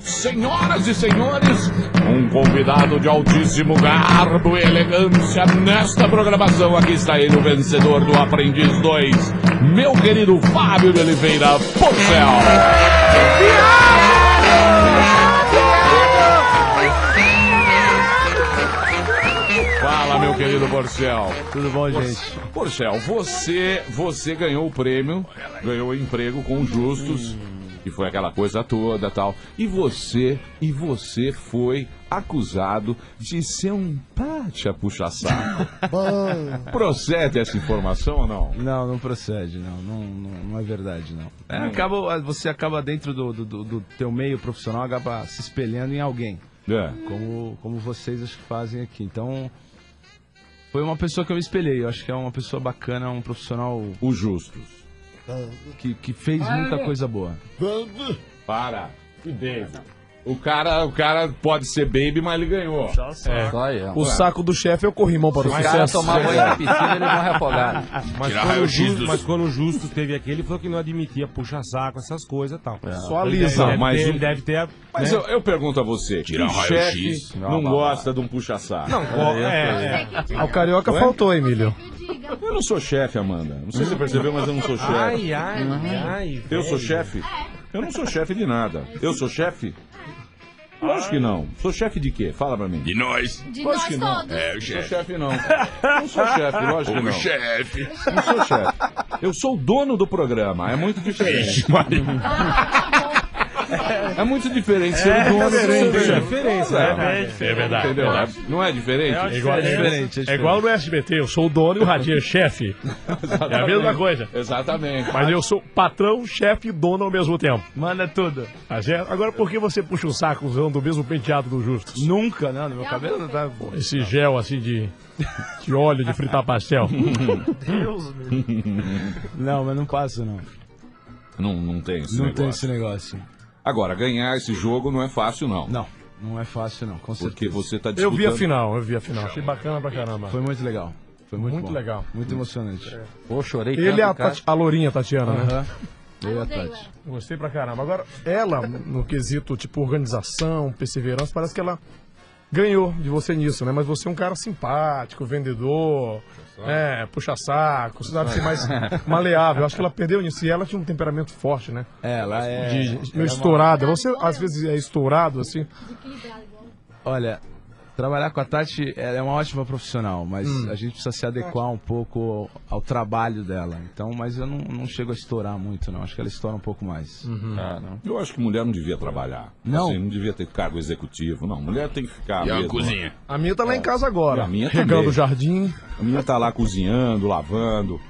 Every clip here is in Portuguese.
senhoras e senhores, um convidado de altíssimo garbo e elegância nesta programação. Aqui está ele, o vencedor do Aprendiz 2, meu querido Fábio de Oliveira Porcel. Fala, meu querido Porcel. Tudo bom, Por- gente? Porcel, você, você ganhou o prêmio, ganhou o emprego com os justos. E foi aquela coisa toda tal. E você, e você foi acusado de ser um pátia puxa-saco. Procede essa informação ou não? Não, não procede, não. Não, não, não é verdade, não. Hum. É, acaba, você acaba dentro do, do, do- do teu meio profissional, acaba se espelhando em alguém. É. Como, como vocês acho que fazem aqui. Então, foi uma pessoa que eu me espelhei. Eu acho que é uma pessoa bacana, um profissional Os justos. que, que fez muita coisa boa. Para. Que baby. O cara, o cara pode ser baby, mas ele ganhou. É. O saco do chefe é o corrimão para o sucesso. É. Tirar Mas quando, o raio-x Justo, dos- mas quando o Justo teve aqui, ele falou que não admitia puxar saco, essas coisas e tal. É. Só Ele deve- alisa. deve mas ter- o- ele deve ter. a- Mas né? eu, eu pergunto a você, Tirar que um raio-x. chefe não gosta de um puxa-saco? Não, co- é, é. Ah, O carioca faltou, Emílio. Eu não sou chefe, Amanda. Não sei se você percebeu, mas eu não sou chefe. Ai, ai, ai. Eu velho. sou chefe? Eu não sou chefe de nada. Eu sou chefe? Lógico que não. Sou chefe de quê? Fala pra mim. De nós. De Pois nós que não. todos. É, o Não sou chefe. chefe, não. Não sou chefe, lógico que O não. chefe. Não sou chefe. Eu sou o dono do programa. É muito diferente. Ixi, Maria. É muito diferente ser o dono do diferente, é programa. diferente, Não, é É verdade. Entendeu? É- Não é É diferente? igual, diferente, é é igual no SBT, eu sou o dono e o Radinho é chefe. É a mesma coisa. Exatamente. Mas eu sou patrão, chefe e dono ao mesmo tempo. Manda tudo. Tá certo? Agora, por que você puxa o saco usando o mesmo penteado do Justus? Nunca, não. Meu cabelo não tá. Esse gel assim de, de óleo de fritar pastel. Não, mas não passa, não. Não, não tem esse Não tem negócio. esse negócio. Agora, ganhar esse jogo não é fácil, não. Não, não é fácil, não. Com certeza. Porque você tá Eu disputando... vi a final, eu vi a final. Achei bacana pra caramba. Foi muito legal. Foi muito, Muito bom. legal. Muito emocionante. Ele é a, Tati- a lourinha Tatiana, né? Aham. Eu e a Odeio Tati. Gostei pra caramba. Agora, ela, no quesito, tipo, organização, perseverança, parece que ela ganhou de você nisso, né? Mas você é um cara simpático, vendedor, é, puxa saco, sabe ser mais maleável. Acho que ela perdeu nisso. E ela tinha um temperamento forte, né? Ela é. De, meio estourada. Você, às vezes, é estourado, assim. Olha, trabalhar com a Tati ela é uma ótima profissional, mas Hum. a gente precisa se adequar um pouco ao trabalho dela. Então, mas eu não, não chego a estourar muito, não. Acho que ela estoura um pouco mais. Uhum. Ah, Eu acho que mulher não devia trabalhar. Não? Assim, não devia ter cargo executivo, não. Mulher tem que ficar. E a mesmo. cozinha. A minha tá lá É. em casa agora. A minha regando também. o jardim. A menina tá lá cozinhando, lavando.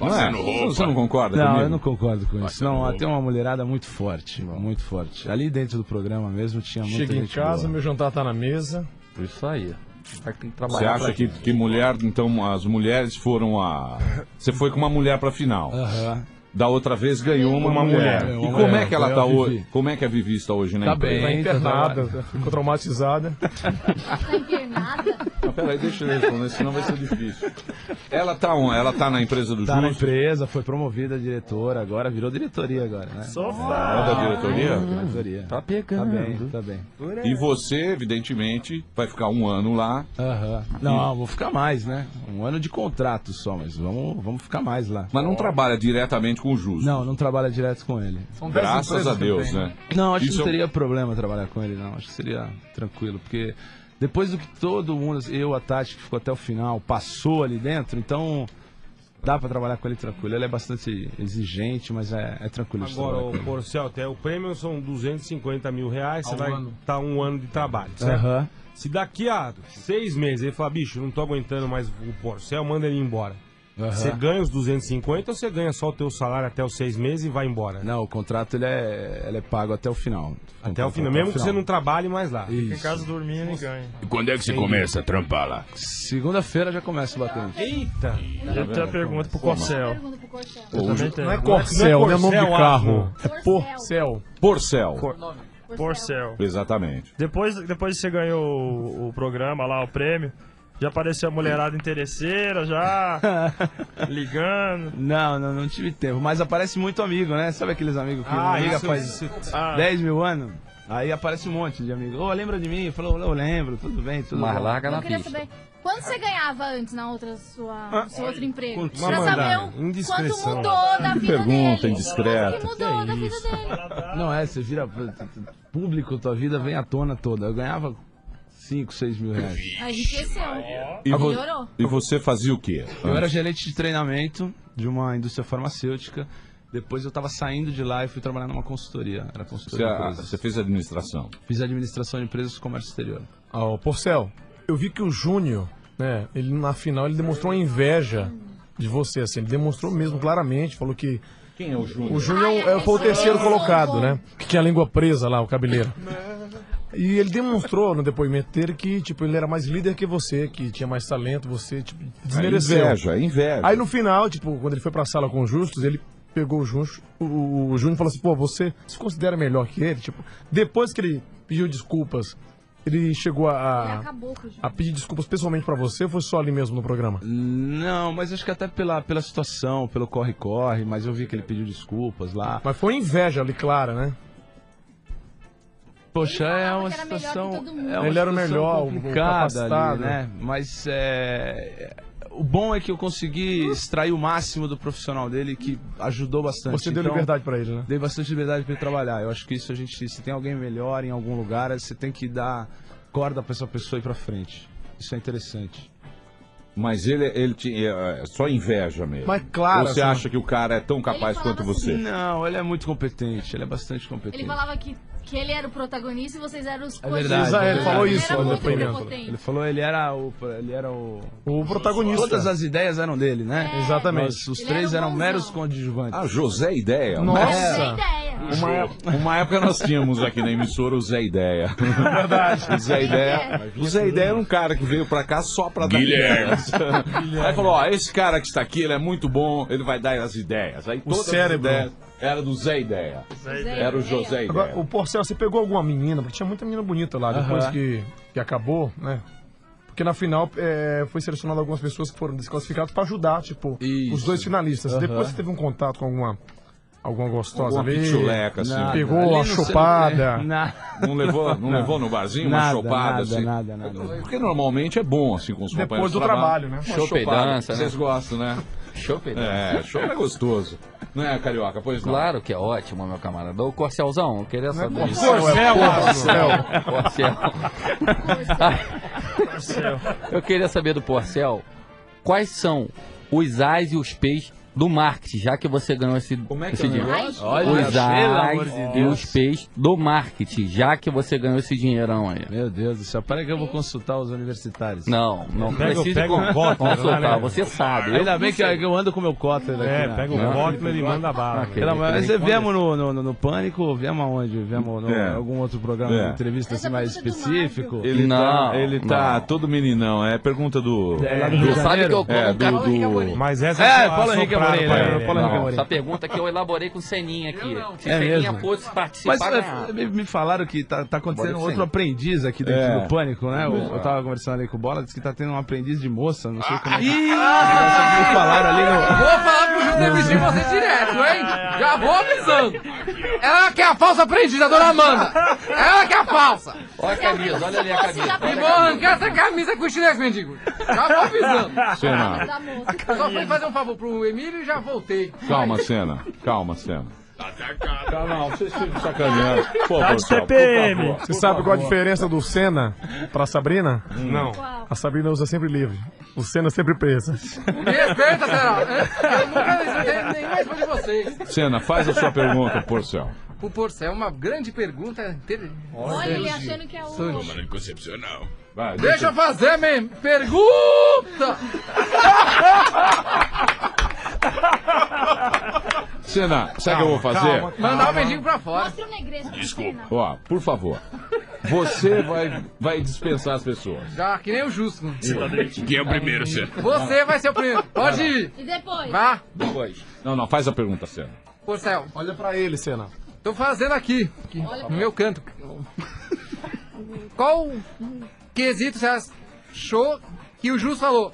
Não é? Fazendo roupa. Você não concorda Não, comigo? eu não concordo com isso. Não, ela tem uma mulherada muito forte, muito forte. Ali dentro do programa mesmo tinha muita Cheguei em gente casa, boa. meu jantar tá na mesa. Você acha que, que mulher, então, as mulheres foram a. Você foi com uma mulher pra final. Aham. Da outra vez ganhou uma, Uma mulher. mulher, E uma como é mulher. que ela Ganhou tá a Vivi. hoje? Como é que a Vivi está hoje na Tá empresa? Tá bem. Eita, internada, ficou traumatizada. Tá internada. Ah, peraí, deixa eu responder, senão vai ser difícil. Ela tá onde? Ela tá na empresa do Tá na Justo? empresa, foi promovida a diretora agora, virou diretoria agora, né? Ela é da diretoria? Diretoria. Tá pegando. Tá bem, tá bem. E você, evidentemente, vai ficar um ano lá. Aham. Não, vou ficar mais, né? Um ano de contrato só, mas vamos, vamos ficar mais lá. Mas não trabalha diretamente com o Justo. Não, não trabalha direto com ele. Graças a Deus, né? Não, acho Isso que não é- teria problema trabalhar com ele, não. Acho que seria tranquilo, porque depois do que todo mundo, eu, a Tati, que ficou até o final, passou ali dentro, então dá pra trabalhar com ele tranquilo. Ele é bastante exigente, mas é, é tranquilo. de Agora, trabalhar com o ele. Porcel, até o prêmio são 250 mil reais, você vai estar um ano de trabalho, certo? Aham. Se daqui a seis meses ele falar, bicho, não tô aguentando mais o Porcel, manda ele embora. Você ganha os 250 ou você ganha só o teu salário até os seis meses e vai embora? Não, o contrato ele é, ele é pago até o final. Até o final, mesmo que você não trabalhe mais lá. Isso. dormindo e ganha. Tá E quando é que você começa a trampar lá? Segunda-feira já começa o batente. Eita! Eu tenho uma pergunta pro Corcel. Pergunta pro Corcel. Não é Não é Corcel, não é nome de Corcel, carro. Asno. É Porcel. Porcel. Porcel. Exatamente. Depois, depois que você ganhou o, o programa lá, o prêmio, já apareceu a mulherada interesseira, já ligando. Não, não, não tive tempo. Mas aparece muito amigo, né? Sabe aqueles amigos que Ah, liga isso- faz isso- Ah, 10 mil anos? Aí aparece um monte de amigo. Ô, lembra de mim? Falou, eu lembro, tudo bem, tudo Mas bom. larga Eu na queria pista. saber, quando você ganhava antes na outra sua, Ah, no seu é, outro emprego? continua Pra saber mandando. o quanto Indiscrição. mudou da vida pergunta dele. indiscreta. O que mudou da vida dele? Não é, você vira público, tua vida vem à tona toda. Eu ganhava 5, 6 mil reais. Aí Enriqueceu. Ah, E, vo- Melhorou. e você fazia o quê? Eu era gerente de treinamento de uma indústria farmacêutica. Depois eu tava saindo de lá e fui trabalhar numa consultoria. Você, é Era consultoria de a- empresas. você fez administração. Fiz administração de empresas e comércio exterior. Ah, ô, Porcel, eu vi que o Júnior, né, ele na final ele demonstrou uma inveja de você, assim, ele demonstrou mesmo claramente, falou que Quem é o o Júnior? Ah, Júnior é, foi o terceiro um. colocado, né, que tinha a língua presa lá, o cabeleiro. E ele demonstrou no depoimento dele que, tipo, ele era mais líder que você, que tinha mais talento, você, tipo, É, desmereceu. Inveja, inveja. Aí no final, tipo, quando ele foi pra sala com o Justus, ele pegou o Justus, o, o, o Júnior falou assim, pô, você se considera melhor que ele? Tipo, depois que ele pediu desculpas, ele chegou Ele a, a, acabou com o jogo. a pedir desculpas pessoalmente pra você ou foi só ali mesmo no programa? Não, mas acho que até pela, pela situação, pelo corre-corre, mas eu vi que ele pediu desculpas lá. Mas foi inveja ali, clara, né? Poxa, Ele é falava uma que era melhor que situação. todo mundo. é uma Ele era o situação melhor, o complicada ali, capacitado. né? Mas é. O bom é que eu consegui extrair o máximo do profissional dele, que ajudou bastante. Você deu Então, liberdade pra ele, né? Dei bastante liberdade para ele trabalhar. Eu acho que isso a gente. Se tem alguém melhor em algum lugar, é você tem que dar corda pra essa pessoa ir pra frente. Isso é interessante. Mas ele, ele tinha é, só inveja mesmo. Mas claro, Ou você assim, acha que o cara é tão capaz Ele quanto falava assim, você? Não, ele é muito competente, ele é bastante competente. Ele falava que, que ele era o protagonista e vocês eram os coisas. É verdade, Ele- ele falou isso é Ele no era muito depoimento. prepotente. Ele falou, ele era o. Ele era o. O protagonista. Todas as ideias eram dele, né? É. Exatamente. Mas os Ele três era um eram meros bonzão. coadjuvantes. Ah, José Ideia. Essa Nossa. é a ideia. Uma, uma época nós tínhamos aqui na emissora o Zé Ideia. é Verdade. O Zé É. Ideia, o Zé Ideia era um cara que veio pra cá só pra dar Guilherme. ideias. Aí falou: ó, esse cara que está aqui, ele é muito bom, ele vai dar as ideias. Aí todas cérebro. as ideias era do Zé Ideia. Era o José Agora, Ideia. o Porcel, você pegou alguma menina, porque tinha muita menina bonita lá, depois Aham. que, que acabou, né? Porque na final é, foi selecionado algumas pessoas que foram desclassificadas pra ajudar, tipo, os Isso. dois finalistas. Aham. Depois você teve um contato com alguma, alguma gostosa Uma ali. pituleca, assim. Nada. Pegou Ali a no chupada. celular, Nada. Não levou, não levou no barzinho uma Nada, chopada nada, assim? nada, nada. Porque normalmente é bom assim com os Depois companheiros do de trabalho, né? Uma Chope chopada, dança, né? Vocês gostam, né? É, chope é gostoso. Não é, Carioca? Pois não. Claro que é ótimo, meu camarada. Ô, Corcelzão, eu queria é saber. Porcel, Porcel. Porcel. eu queria saber do Porcel quais são os ais e os p's do marketing, já que você ganhou esse, Como é que esse é o dinheiro. Ai, Os pelo amor ais de e Deus. os p's do marketing, já que você ganhou esse dinheirão aí. Meu Deus do céu, para que eu vou consultar os universitários. Não, não Pega- precisa pega o Kotler lá, consultar, né? você sabe. Eu- Ainda bem que eu- que eu ando com o meu Kotler aqui. É, né? pega Não. o Kotler e manda bala. Aquele- Pela- mas aquele- você viemos no, no, no- no Pânico, ou viemos aonde? Viemos no É. algum outro programa É. de entrevista assim, Essa mais pergunta do específico? Ele Não, tá, ele tá não. todo meninão. É pergunta do. É, lá do Rio Você de sabe que Janeiro? eu como É, um cara do- que é do- bonito. Mas essa É, foi Paulo Henrique assoprada Amorim, pra né? ele, Paulo né? Henrique Não, Amorim. essa pergunta que eu elaborei com o Seninha aqui. Se É Seninha mesmo. fosse Mas participar, é, me, me falaram que tá, tá acontecendo Bora outro sim. aprendiz aqui dentro É. do Pânico, né? Eu, eu tava conversando ali com o Bola, disse que tá tendo um aprendiz de moça, não sei como é que me falaram ali no... Vou falar pro Júlio demitir você direto, hein? Já vou avisando. Ela que é a falsa prendida, dona Amanda. Ela que é a falsa. Olha a camisa, olha ali a camisa. E vou arrancar essa camisa com o chinês, mendigo. Já vou avisando. Cena, Da moça. Só fui fazer um favor pro Emílio e já voltei. calma, Cena. Calma, Cena. Calma, não, vocês ficam sacaneando. Pô, Tá de Marcelo, por TPM. favor. Hum. Você sabe qual a diferença do Senna pra Sabrina? Não. Qual? A Sabrina usa sempre livre. O Senna sempre presa. Me respeita, Será. é, Eu nunca respeitei nenhuma esposa de vocês. Cena, faz a sua pergunta, Porcel. O Porcel é uma grande pergunta. inter- Olha, ele achando que é o. Anticoncepcional. Vai, Deixa eu fazer minha pergunta. Cena, sabe o que eu vou fazer? um Mandar o mendigo pra fora. Mostra o negreto. Desculpa. Ó, por favor. Você vai, vai dispensar as pessoas. Já que nem o Justo. Quem é o primeiro, Cê? Você vai ser o primeiro. Pode ir. E depois? Vá, Não, não, faz a pergunta, Cena. Porcel. Olha pra ele, Senna. Tô fazendo aqui, no meu canto. Qual quesito você achou que o Justo falou?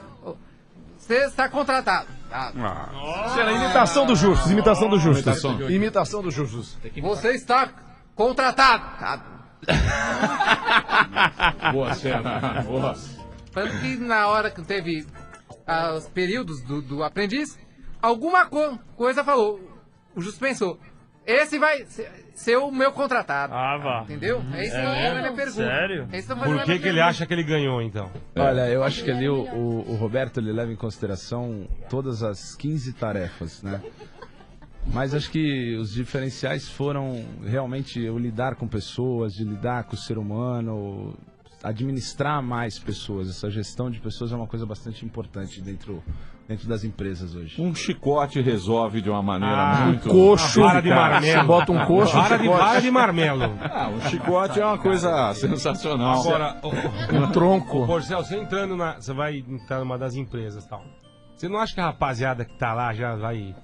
Você está contratado. Ah, Senna, imitação do Justus, imitação do Justus. Imitação. Imitação do Justus. Você está contratado. Ah, Boa cena. Boa. Tanto que na hora que teve ah, os períodos do, do aprendiz, alguma co- coisa falou. O Justo pensou. Esse vai ser- ser o meu contratado. Ah, vá. Entendeu? É isso que É eu fazendo a minha mesmo? pergunta. Sério? É isso que eu tô fazendo a Por que, minha que ele pergunta. acha que ele ganhou, então? Olha, eu acho que ali o, o- o Roberto ele leva em consideração todas as 15 tarefas, né? Mas acho que os diferenciais foram realmente eu lidar com pessoas, de lidar com o ser humano, administrar mais pessoas. Essa gestão de pessoas é uma coisa bastante importante dentro, dentro das empresas hoje. Um chicote resolve de uma maneira Ah, muito. Coxo. Vara de marmelo. Você bota um coxo. Vara você de, bota vara de marmelo. Ah, um chicote é uma coisa sensacional. Agora, ô, um tronco. ô, Porcel, você entrando na. Você vai entrar numa das empresas e tal. Você não acha que a rapaziada que tá lá já vai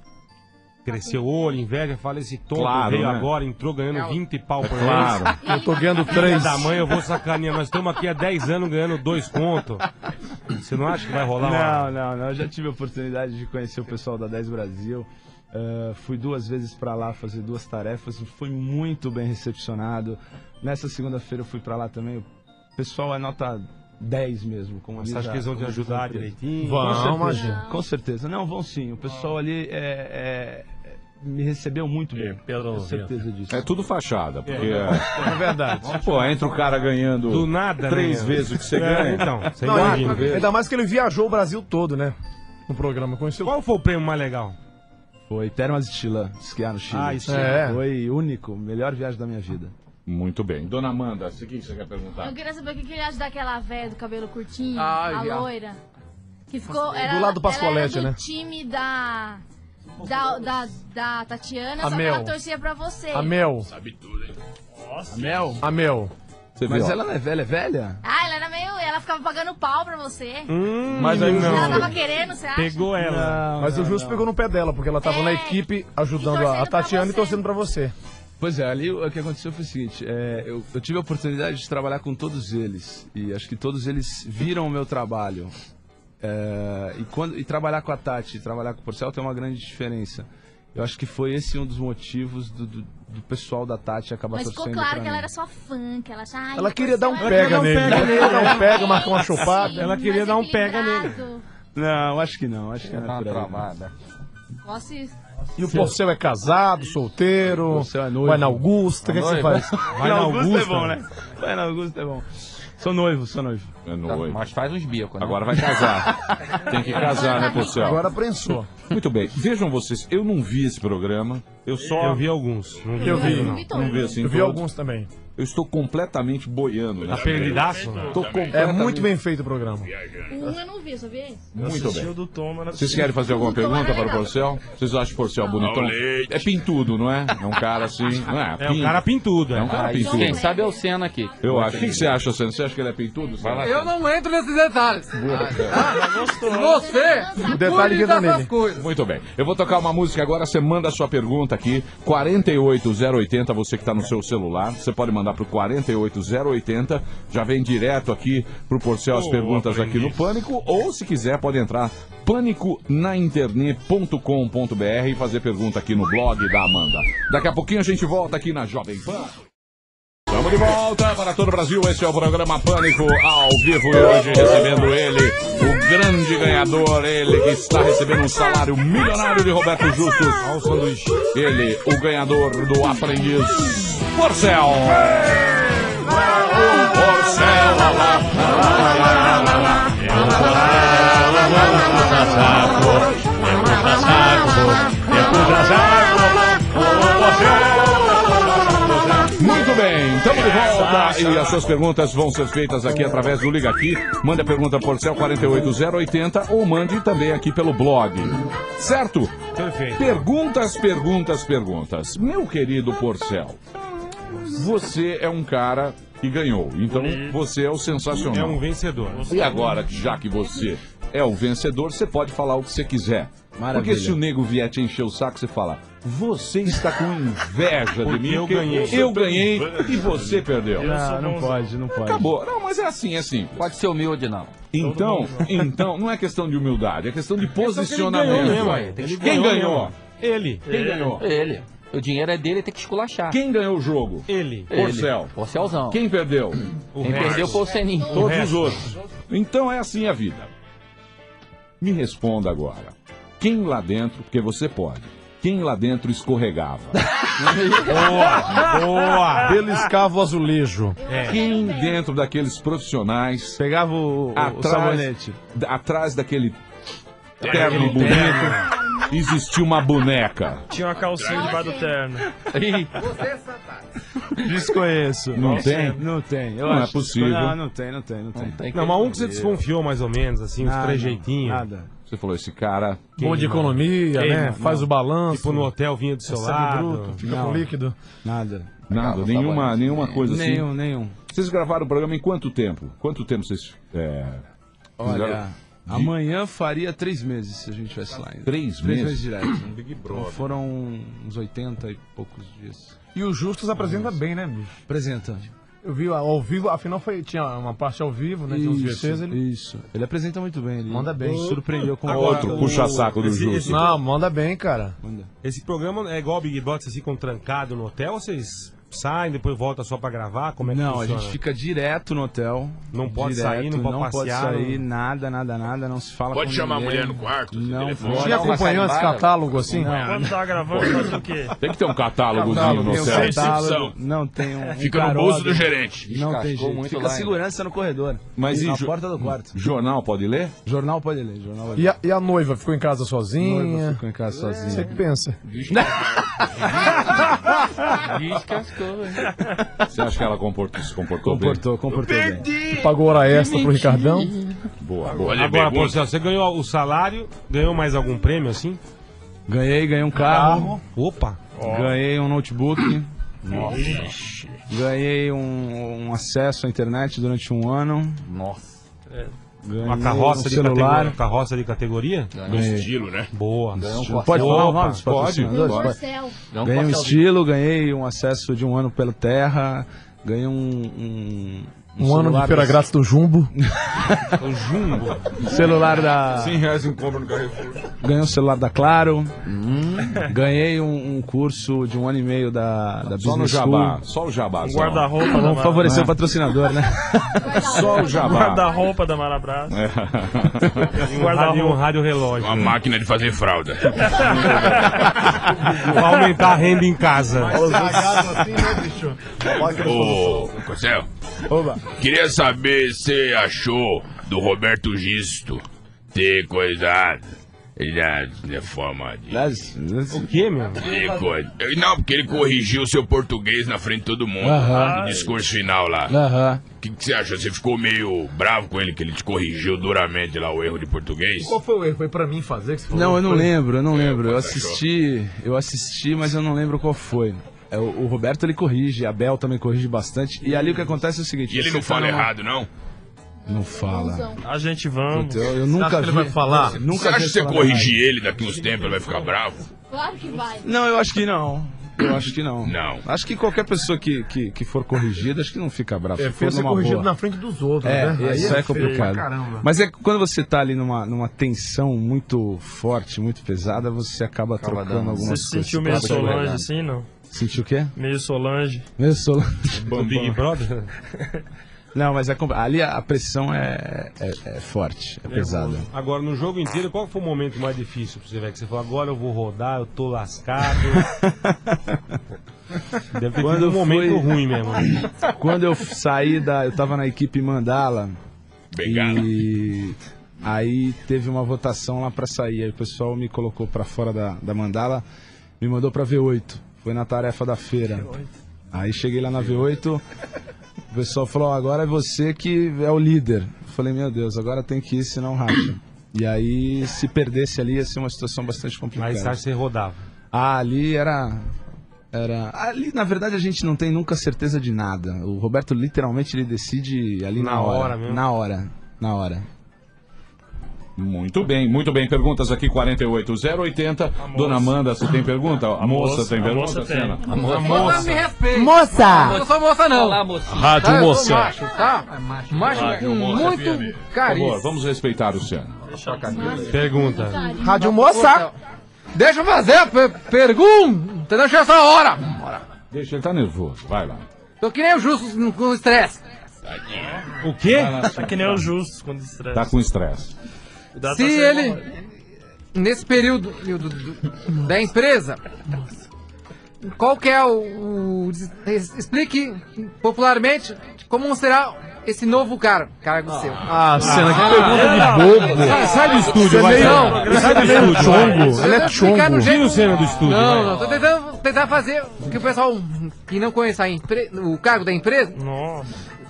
crescer o olho, inveja, fala esse tonto Claro, veio né? É agora, entrou ganhando Não. 20 pau por mês. Claro. Eu tô ganhando três. da mãe, eu vou sacanear. Nós estamos aqui há 10 anos ganhando dois conto. Você não acha que vai rolar uma... Não, não, não. Eu já tive a oportunidade de conhecer o pessoal da 10 Brasil. Ah, fui duas vezes pra lá fazer duas tarefas. Fui muito bem recepcionado. Nessa segunda-feira eu fui pra lá também. O pessoal é nota 10 mesmo. Como Você diz acha a- que eles vão te como diz a ajudar empresa. direitinho? Com Vão, certeza, imagina. Com certeza. Não, vão sim. O pessoal ali é- é- é- me recebeu muito É, bem. com certeza disso. É tudo fachada, porque. É verdade. Pô, entra o cara ganhando Do nada, três né? vezes o que você É, ganha. então, você Não, imagina. ainda, ainda mais que ele viajou o Brasil todo, né? No programa. Conheceu Qual foi o prêmio mais legal? Foi Termas de Chilã, esquiar no Chile. Ah, isso é. Foi único, melhor viagem da minha vida. Muito bem. Dona Amanda, o que você quer perguntar? Eu queria saber o que que ele acha daquela véia do cabelo curtinho, Ai, a já. loira. Que ficou. Era, Ah, do lado do Pascoalete, ela era né? do time da. Da, da, da Tatiana, A só Mel. que ela torcia é pra você. a Mel. Mel? A Mel. Você Mas viu? ela não é velha, é velha? Ah, ela era meio. Ela ficava pagando pau pra você. Hum. Mas aí Ela não. tava querendo, você acha? Pegou ela. Mas o Justo pegou no pé dela, porque ela tava É, na equipe e ajudando torcendo a a Tatiana pra e torcendo pra você. Pois é, ali o que aconteceu foi o seguinte: é, eu, eu tive a oportunidade de trabalhar com todos eles e acho que todos eles viram o meu trabalho. É, e, quando, e trabalhar com a Tati e trabalhar com o Porcel tem uma grande diferença. Eu acho que foi esse um dos motivos do, do- do pessoal da Tati acabar Mas ficou torcendo claro pra que ela mim. era sua fã, que ela achava. Ela queria dar um pé pega nele. Ela né? queria dar um pega, né? marcar uma chupada. chupada. Ela queria dar um pega nele. Não, acho que não. Acho que não é por aí, tá. não. Nossa, isso. E o Porcel é casado, solteiro. Porcel é noivo. Vai na Augusta. O que, que você faz? Vai na Augusta. é bom, né? Vai na Augusta é bom. Sou noivo, sou noivo. É noivo. Mas faz uns bicos, né? Agora vai casar. Tem que casar, né, Porcel? Agora prensou. Muito bem. Vejam vocês, eu não vi esse programa. Eu só Eu vi alguns. Não vi. Eu vi. não vi não vi assim. Eu vi todos. alguns também. Eu estou completamente boiando. Né? Tá Perdidaço? Tô completamente... É muito bem feito o programa. O um eu não vi, só vi esse. Muito Assistiu bem. do Tom, mas não Vocês querem fazer alguma Não, não pergunta é para o legal. Porcel? Vocês acham o Porcel bonitão? Ao leite. É pintudo, não é? É um cara assim. Não é, É um Pinto. cara pintudo. É um Ah, cara pintudo. Quem sabe é o Senna aqui. Eu acho. O que que você acha, Sandro? Você acha que ele é pintudo? Vai Eu não entro nesses detalhes. Ah, tá? Você O detalhe que cuida entra dessas nele. coisas. Muito bem. Eu vou tocar uma música agora, você manda a sua pergunta aqui, 48080, você que está no seu celular, você pode mandar pro 48080, já vem direto aqui pro Porcel as Ô, perguntas aqui aprendiz. no Pânico, ou se quiser pode entrar pâniconainternet.com.br e fazer pergunta aqui no blog da Amanda. Daqui a pouquinho a gente volta aqui na Jovem Pan. Estamos de volta para todo o Brasil. Esse é o programa Pânico ao vivo e hoje recebendo ele, o grande ganhador, ele que está recebendo um salário milionário de Roberto Justus. Ao sanduíche. Ele, o ganhador do aprendiz, Porcel. Porcel, lá, lá. Muito bem, estamos de volta e as suas perguntas vão ser feitas aqui através do Liga Aqui. Mande a pergunta por céu 48080 ou mande também aqui pelo blog. Certo? Perfeito. Perguntas, perguntas, perguntas. Meu querido Porcel, você é um cara que ganhou, então você é o É sensacional. um vencedor. E agora, já que você é o vencedor, você pode falar o que você quiser. Maravilha. Porque se o nego vier te encher o saco, você fala: Você está com inveja de mim, eu porque ganhei." eu ganhei e você perdeu. Não, não pode, não pode. Acabou. Não, mas é assim, é simples. Pode ser humilde, não. Então, então, não é questão de humildade, é questão de Só que ele ganhou posicionamento. mesmo, aí. Ele Quem ganhou? mesmo. Ele. Quem ganhou? Ele. O dinheiro é dele, tem que esculachar. Quem ganhou o jogo? Ele. Ele. Porcel. Porcelzão. Quem perdeu? Quem perdeu foi o Seninho. Todos os outros. Então é assim a vida. Me responda agora. Quem lá dentro, porque você pode, quem lá dentro escorregava? Boa! Beliscava o azulejo. É. Quem dentro daqueles profissionais, Pegava o, o- o atrás, sabonete. da- atrás daquele É, terno bonito, existia uma boneca. Tinha uma calcinha debaixo do terno. é Desconheço. Não tem? é Não tem. Eu Não é acho que- possível. Não, não tem, não tem, não tem. Tem que- Não, mas um que você desconfiou mais ou menos, assim, uns Ah, não, trejeitinhos. Nada. Você falou, esse cara. Bom de economia, Ei, né? não. Faz o balanço. Tipo, no hotel vinha do seu É sangue lado. bruto, fica Não. com líquido. Nada. Nada, Pegava nenhuma, sabonete. nenhuma coisa assim. Nenhum, nenhum. Vocês gravaram o programa em quanto tempo? Quanto tempo vocês. É, Olha, fizeram? amanhã faria três meses se a gente tivesse lá ainda. Três Três meses meses? direto. Big Brother. Foram uns 80 e poucos dias. E o Justus apresenta bem, né, bicho? Apresenta. Eu vi a- ao vivo, afinal foi, tinha uma parte ao vivo, né? Tinha uns VCs, ele... isso. Ele apresenta muito bem. Ele Manda bem. Surpreendeu com Outro puxa-saco do esse- esse- Justo. Não, manda bem, cara. Manda. Esse programa é igual o Big Brother, vocês ficam trancados no hotel ou vocês saem, depois voltam só pra gravar? Como é que Não, a funciona? gente fica direto no hotel. Não pode sair, não pode passear, sair, não- nada, nada, nada. Não se fala Pode com chamar a ninguém. mulher no quarto, no Não telefone. pode. Tinha acompanhou esse catálogo assim? Quando tava gravando, fazia o quê? Tem que ter um catálogozinho no Catálogo, Tem um hotel. catálogo, Recepção. não tem um. um Fica no bolso do caroga. gerente. Não tem Descascou jeito. muito Fica lá, a hein? segurança no corredor. Mas na e jo- porta do quarto. Jornal pode ler? Jornal pode ler, jornal pode E ler. a, e a noiva ficou em casa Noiva sozinha? ficou em casa Você sozinha. que pensa. Descascou, velho. Você acha que ela comportou, se comportou, Comportou, comportou bem. Pagou hora extra pro Ricardão. bem? Boa, boa. Olha, Agora, pergunta. Porcel, você ganhou o salário, ganhou mais algum prêmio assim? Ganhei, ganhei um carro. Opa! Ganhei um notebook. Ganhei um, um acesso à internet durante um ano. Nossa. É. Ganhei Uma carroça um de celular. um categoria. Carroça de categoria? No estilo, né? Boa. Pode falar o nome dos um pode. um patrocinadores? Pode. Porcel. Ganhei um estilo, ganhei um acesso de um ano pela terra. Ganhei um. Um, Um ano de celular feira da- grátis do Jumbo. O Jumbo. Celular da. reais em compra no Carrefour. Ganhei um celular da Claro. Ganhei um, um curso de um ano e meio da, da Hum. Só no Business jabá, School. só o jabá. Um só. guarda-roupa da Vamos Mara- favorecer o patrocinador, né? Só o jabá. Guarda-roupa da Marabras. Um rádio, um Guarda-roupa. rádio relógio. Uma máquina de fazer fralda. Pra aumentar a renda em casa. assim? Ô, Marcel. Queria saber se achou do Roberto Gisto ter coisado. Ele é de forma de. O quê, meu? de coisa. Não, porque ele corrigiu o seu português na frente de todo mundo. No discurso final lá. Aham. O que, que você achou? Você ficou meio bravo com ele, que ele te corrigiu duramente lá o erro de português? foi o erro? Foi pra mim fazer que você falou? Não, eu não lembro, eu É, não lembro. Eu assisti, eu assisti, mas eu não lembro qual foi. É, o, o Roberto ele corrige, a Bel também corrige bastante. E ali o que acontece é o seguinte: E ele não você tá fala numa- errado, não? Não fala. Bonzão. A gente vamos. Eu, eu nunca vi. falar. Nunca Você acha vi que você falar corrigir ele daqui uns tempos, ele vai ficar bravo? Claro que vai. nada. Não, eu acho que não. Eu acho que não. Não. Acho que qualquer pessoa que, que, que for corrigida, acho que não fica bravo. É se for feio ser numa corrigido boa. na frente dos outros, É, né? Aí isso é, feio complicado. pra caramba. Mas é que quando você tá ali numa, numa tensão muito forte, muito pesada, você acaba trocando algumas Você coisas. se sentiu meio Pode jogar. Solange assim, não? Sentiu o quê? Meio Solange. Meio Solange. Do Big Brother? Não, mas é compl- ali a pressão é, é, é forte, é pesada. Agora, no jogo inteiro, qual foi o momento mais difícil pra você ver? Que você falou, agora eu vou rodar, eu tô lascado. Deve ter Quando sido um momento foi- ruim mesmo. né? Quando eu saí da. Eu tava na equipe Mandala Bengala. e. Aí teve uma votação lá pra sair. Aí o pessoal me colocou pra fora da, da Mandala, me mandou pra V8. Foi na tarefa da feira. Aí cheguei lá na V8, o pessoal falou: "Ó, agora é você que é o líder. Eu falei: meu Deus, agora tem que ir, senão racha. E aí, se perdesse ali, ia ser uma situação bastante complicada. Aí você acha que você rodava. Ah, ali era. Era. Ali, na verdade, a gente não tem nunca certeza de nada. O Roberto literalmente ele decide ali na, Na hora. hora mesmo. Na hora. Na hora. Muito bem, muito bem. Perguntas aqui 48080. Dona Amanda, você tem pergunta? A moça, tem a pergunta, moça tem. Sena? Moça, me respeita. Moça! Eu não sou moça, não. Lá, moça. Rádio eu Moça. sou macho, tá? É Macho um com muito Por favor, carinho. vamos respeitar o Sena. Pergunta. Carinho. Rádio Moça! Deixa eu fazer a per pergunta, deixa essa hora. Deixa ele tá nervoso, vai lá. Tô que nem o Justo com estresse. O quê? Tá que nem o Justus quando estressa. Tá com estresse. Cuidado Se pra ser ele, bom. nesse período do- do- da empresa, qual que é o, o- es- Explique popularmente como será esse novo cara, cargo seu. Ah, cena, que pergunta não. de bobo. Sai, sai do estúdio, vai. Não. Não. Sai do estúdio, Chongo, ele é Tentando explicar no chongo. Tira o jeito- cena do estúdio, Não, vai. Um não, tô tentando tentar fazer o que o pessoal que não conhece a empre- o cargo da empresa Nossa.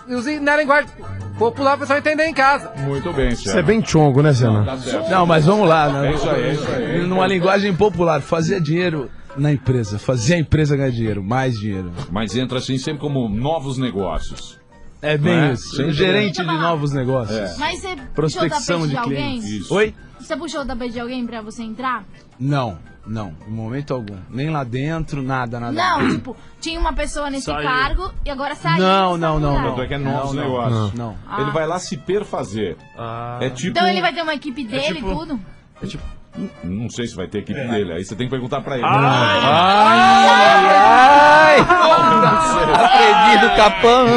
use na linguagem popular o pessoal entender em casa. Muito bem, senhor. Você é bem chongo, né, Senna? Não, mas vamos lá, né? É isso aí, é isso aí. Numa linguagem popular, fazer dinheiro na empresa, fazer a empresa ganhar dinheiro, mais dinheiro. Mas entra assim sempre como novos negócios. É bem Né? É. isso. Sim. Um gerente de novos negócios. É. Mas você puxou da Prospecção peixe de, de alguém? clientes. Isso. Oi? Você puxou da peixe de alguém pra você entrar? Não, não, em momento algum. Nem lá dentro, nada, nada. Não, tipo, tinha uma pessoa nesse Saiu. cargo e agora saiu. Não, desse não, não, lugar. não. Tanto é que é novos Não, não, negócios. Não. Ele vai lá se perfazer. É tipo. Então ele vai ter uma equipe dele e tipo- tudo? Não sei se vai ter É. equipe dele. Aí você tem que perguntar pra ele. Atrevido é capão!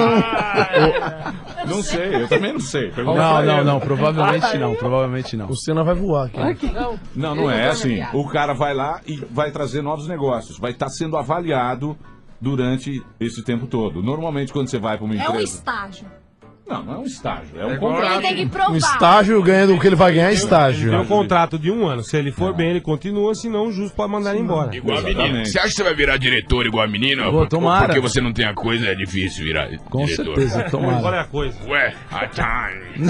Não sei, eu também não sei. Pergunta Não, pra não, ele. não, provavelmente não, provavelmente não. O Senna vai voar aqui. Não, não é assim. O cara vai lá e vai trazer novos negócios. Vai estar sendo avaliado durante esse tempo todo. Normalmente, quando você vai para uma É um empresa. estágio. Não, não é um estágio. É um igual- contrato. Ele tem que Um provar. estágio ganha o que ele vai ganhar é estágio. Tem um contrato de um ano. Se ele for bem, ele continua, senão o justo pode mandar ele embora. Igual a menina. Exatamente. Você acha que você vai virar diretor igual a menina? Vou, tomara. Porque você não tem a coisa, é difícil virar Com diretor. certeza, tomara. Agora é a coisa. Ué, a time.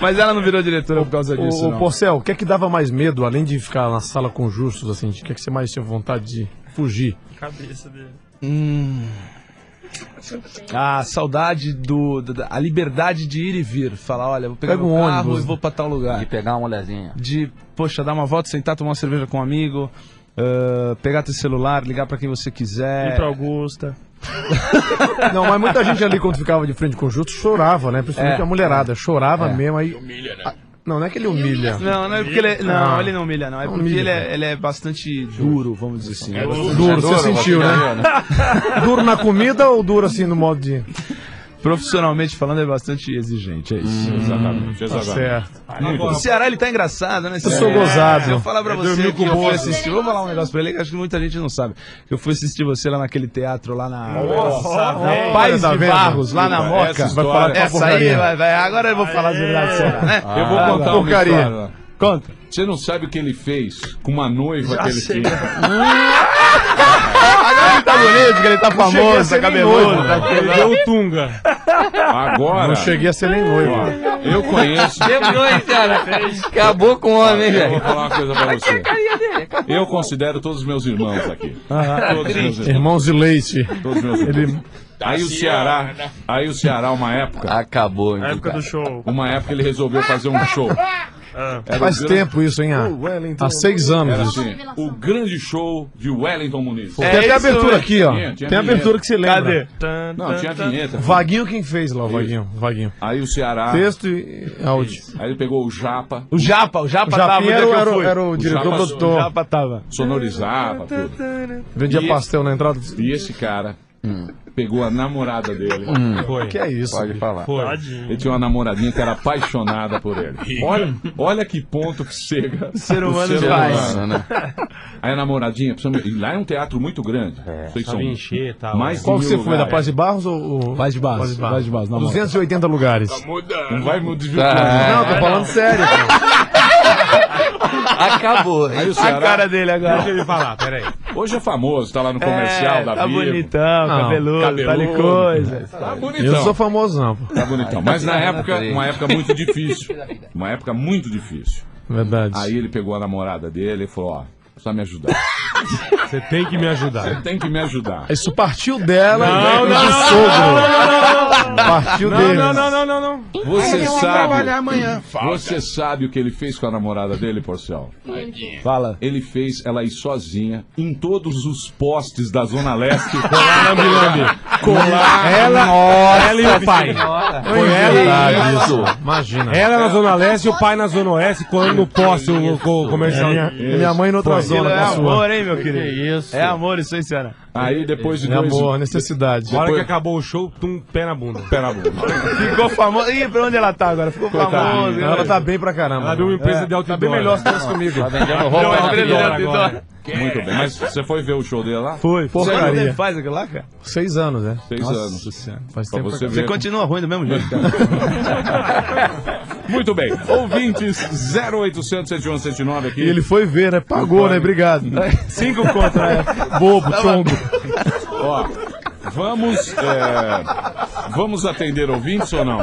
Mas ela não virou diretora por causa disso, Ô, ô não. Porcel, o que é que dava mais medo, além de ficar na sala com justos, assim? O que é que você mais tinha vontade de fugir? Hum. Cabeça dele. A saudade do. da- da- a liberdade de ir e vir. Falar, olha, vou pegar Pega meu um carro ônibus. e vou pra tal lugar. De pegar uma mulherzinha. de, poxa, dar uma volta, sentar, tomar uma cerveja com um amigo, ah, pegar teu celular, ligar pra quem você quiser. É. Ir pra Augusta. Não, mas muita gente ali, quando ficava de frente com justos, chorava, né? Principalmente É. a mulherada. Chorava mesmo, aí... Humilha, né? Não, não é que ele humilha. Não, não é porque ele é, não, Ah. ele não humilha, não. É porque humilha, ele é, cara. ele é bastante duro, vamos dizer assim. Duro, você sentiu, tá né? Duro na comida ou duro assim no modo de. Profissionalmente falando, é bastante exigente, é isso. Exatamente, Tá exatamente. certo. O Ceará, ele tá engraçado, né? Eu sou gozado. Eu vou falar pra você que eu bolsa. fui assistir. Vou falar um negócio pra ele que acho que muita gente não sabe. Que eu fui assistir você lá naquele teatro, lá na. Nossa, Pais Tá de vendo? Barros, lá na Moca. Essa Vai falar história. é com a Essa aí, porcaria. Ah, vai, vai. Agora eu vou falar as verdades do Ceará, né? Eu vou contar uma porcaria. história. Conta. Você não sabe o que ele fez com uma noiva que ele sei. tinha. Ah! Agora ele tá bonito, porque ele tá famoso, tá cabeludo. tá- Ele deu o Tunga. Agora, Não cheguei a ser nem noivo. eu conheço. Terminou, hein, cara? Acabou com o homem, hein, É Eu velho. vou falar uma coisa pra você. Tá Eu considero todos os meus irmãos aqui. Todos os meus irmãos. Irmãos de leite. Todos os meus irmãos. Aí o Ceará, aí o Ceará, uma época, Acabou, a então. época do show. uma época ele resolveu fazer um show. Era o É. Faz gran- tempo isso, hein? Há, há seis Era anos. assim, o grande show de Wellington Muniz. Tem É até isso, abertura né? aqui, ó. Tinha, tinha Tem abertura que você lembra. Cadê? Tan, Não, tan, tinha tan. vinheta. Vaguinho quem fez lá, o Vaguinho. Vaguinho. Aí o Ceará, Texto e áudio. aí ele pegou o Japa, O Japa, o Japa O Japinha tava onde é era, que o- eu era o- fui. era o diretor Japa- O produtor. Japa tava. sonorizava tudo. Vendia E- pastel na entrada. E esse cara pegou a namorada dele. Foi. Que é isso? Foi. Tadinho. Ele tinha uma namoradinha que era apaixonada por ele. Olha, olha que ponto que chega. Ser humano o ser demais. humano, né? Aí a namoradinha, precisamos- e lá é um teatro muito grande. É, sei que são Sabe encher e tal. mais de Qual que mil você foi? Da lugares. Paz de Barros ou. ou- Paz de Barros, Paz de Barros, na moto. 280 lugares. Tá Não Muda. vai Tá. me desvirtuar. Não, tô falando sério. Acabou. Aí o A Ceará, cara dele Deixa agora. ele falar, peraí. hoje é famoso, tá lá no comercial É, da tá Vivo. bonitão, Não, cabeludo, tal e cabeludo. coisa. Tá Eu não bonitão. sou famoso, não. pô. Tá bonitão. Mas na época, uma época muito difícil. Uma época muito difícil. Verdade. Aí ele pegou a namorada dele e falou, ó, precisa me ajudar. Você tem que me ajudar. Você tem que me ajudar. Isso partiu dela Não, e não, do não, sogro. Partiu Não, dele. não, não, não, não, não. Você sabe. trabalhar amanhã. Você sabe o que ele fez com a namorada dele, Porcel? Fala. Ele fez ela ir sozinha em todos os postes da Zona Leste. Lambi, lambi. Ela, ela e o é pai. Foi ela, isso. Imagina. ela é na Zona Leste e o pai na Zona Oeste, Ah, colando no poste o, o comercial. Minha, minha mãe noutra zona com a sua. é hein, meu querido? Isso. É amor É né? isso aí, senhora. Aí depois de Minha dois. boa, necessidade. Na hora que acabou o show, tum, pé na bunda. Pé na bunda. Ficou famoso. Ih, pra onde ela tá agora? Ficou famoso. Ela tá bem pra caramba. Ela deu uma empresa de outdoor. Tá É bem melhor se tivesse comigo. Tá Não, é outdoor brilhante, agora. então. Muito bem. Mas você foi ver o show dele lá? Foi, Você ainda porcaria. faz aquilo lá, cara? Seis anos, né? Seis anos. Senhora. Faz Pra tempo você Você ver. continua ruim do mesmo jeito, cara. Muito bem. Ouvintes 0800 101 109 aqui. E ele foi ver, né? Pagou, né? Obrigado. Cinco contra, é. Bobo, chongo. Tá Ó, vamos, é, vamos atender ouvintes ou não?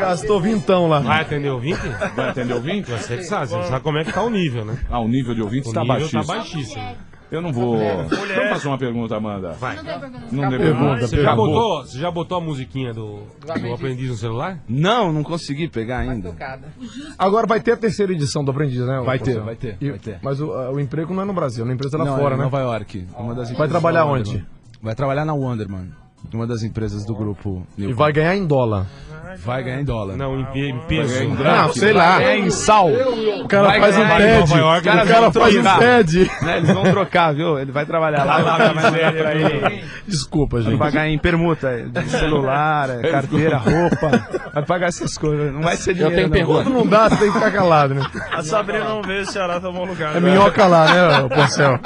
Gastou vintão lá. Vai atender o 20? Vai atender ouvinte? Você que sabe, você sabe como é que tá o nível, né? Ah, o nível de ouvintes O está nível baixíssimo. tá baixíssimo. Eu não vou. Vamos fazer uma pergunta, Amanda. Não tem problema. Tá Não Pergunta, deu pergunta. Você já, Acabou. botou, você já botou a musiquinha do, do aprendiz no celular? Não, não consegui pegar ainda. Agora vai ter a terceira edição do Aprendiz, né? Vai ter, Marcelo? vai ter, E- vai ter. Mas o, ah, o emprego não é no Brasil, na empresa lá Não, fora, é né? Nova York. Uma das Vai trabalhar da onde? Wonderman. Vai trabalhar na Wonderman. Uma das empresas do grupo. E New vai ganhar em dólar. vai ganhar em dólar. Não, em, pe- em peso. Ah, sei lá. É em sal. O cara Vai faz um ganhar em TED. Nova York, o cara, eles vão faz um trocar. TED. Né, Eles vão trocar, viu? Ele vai trabalhar lá. vai trabalhar pra ele. Desculpa, Vai gente. pagar em permuta, é, de celular, é, carteira, roupa. Vai pagar essas coisas. Não vai ser dinheiro. tenho não. pergunta. Quando não dá, você tem que ficar calado, né? A Sabrina não veio, o Ceará tomou lugar. É né? minhoca lá, né, Porcel?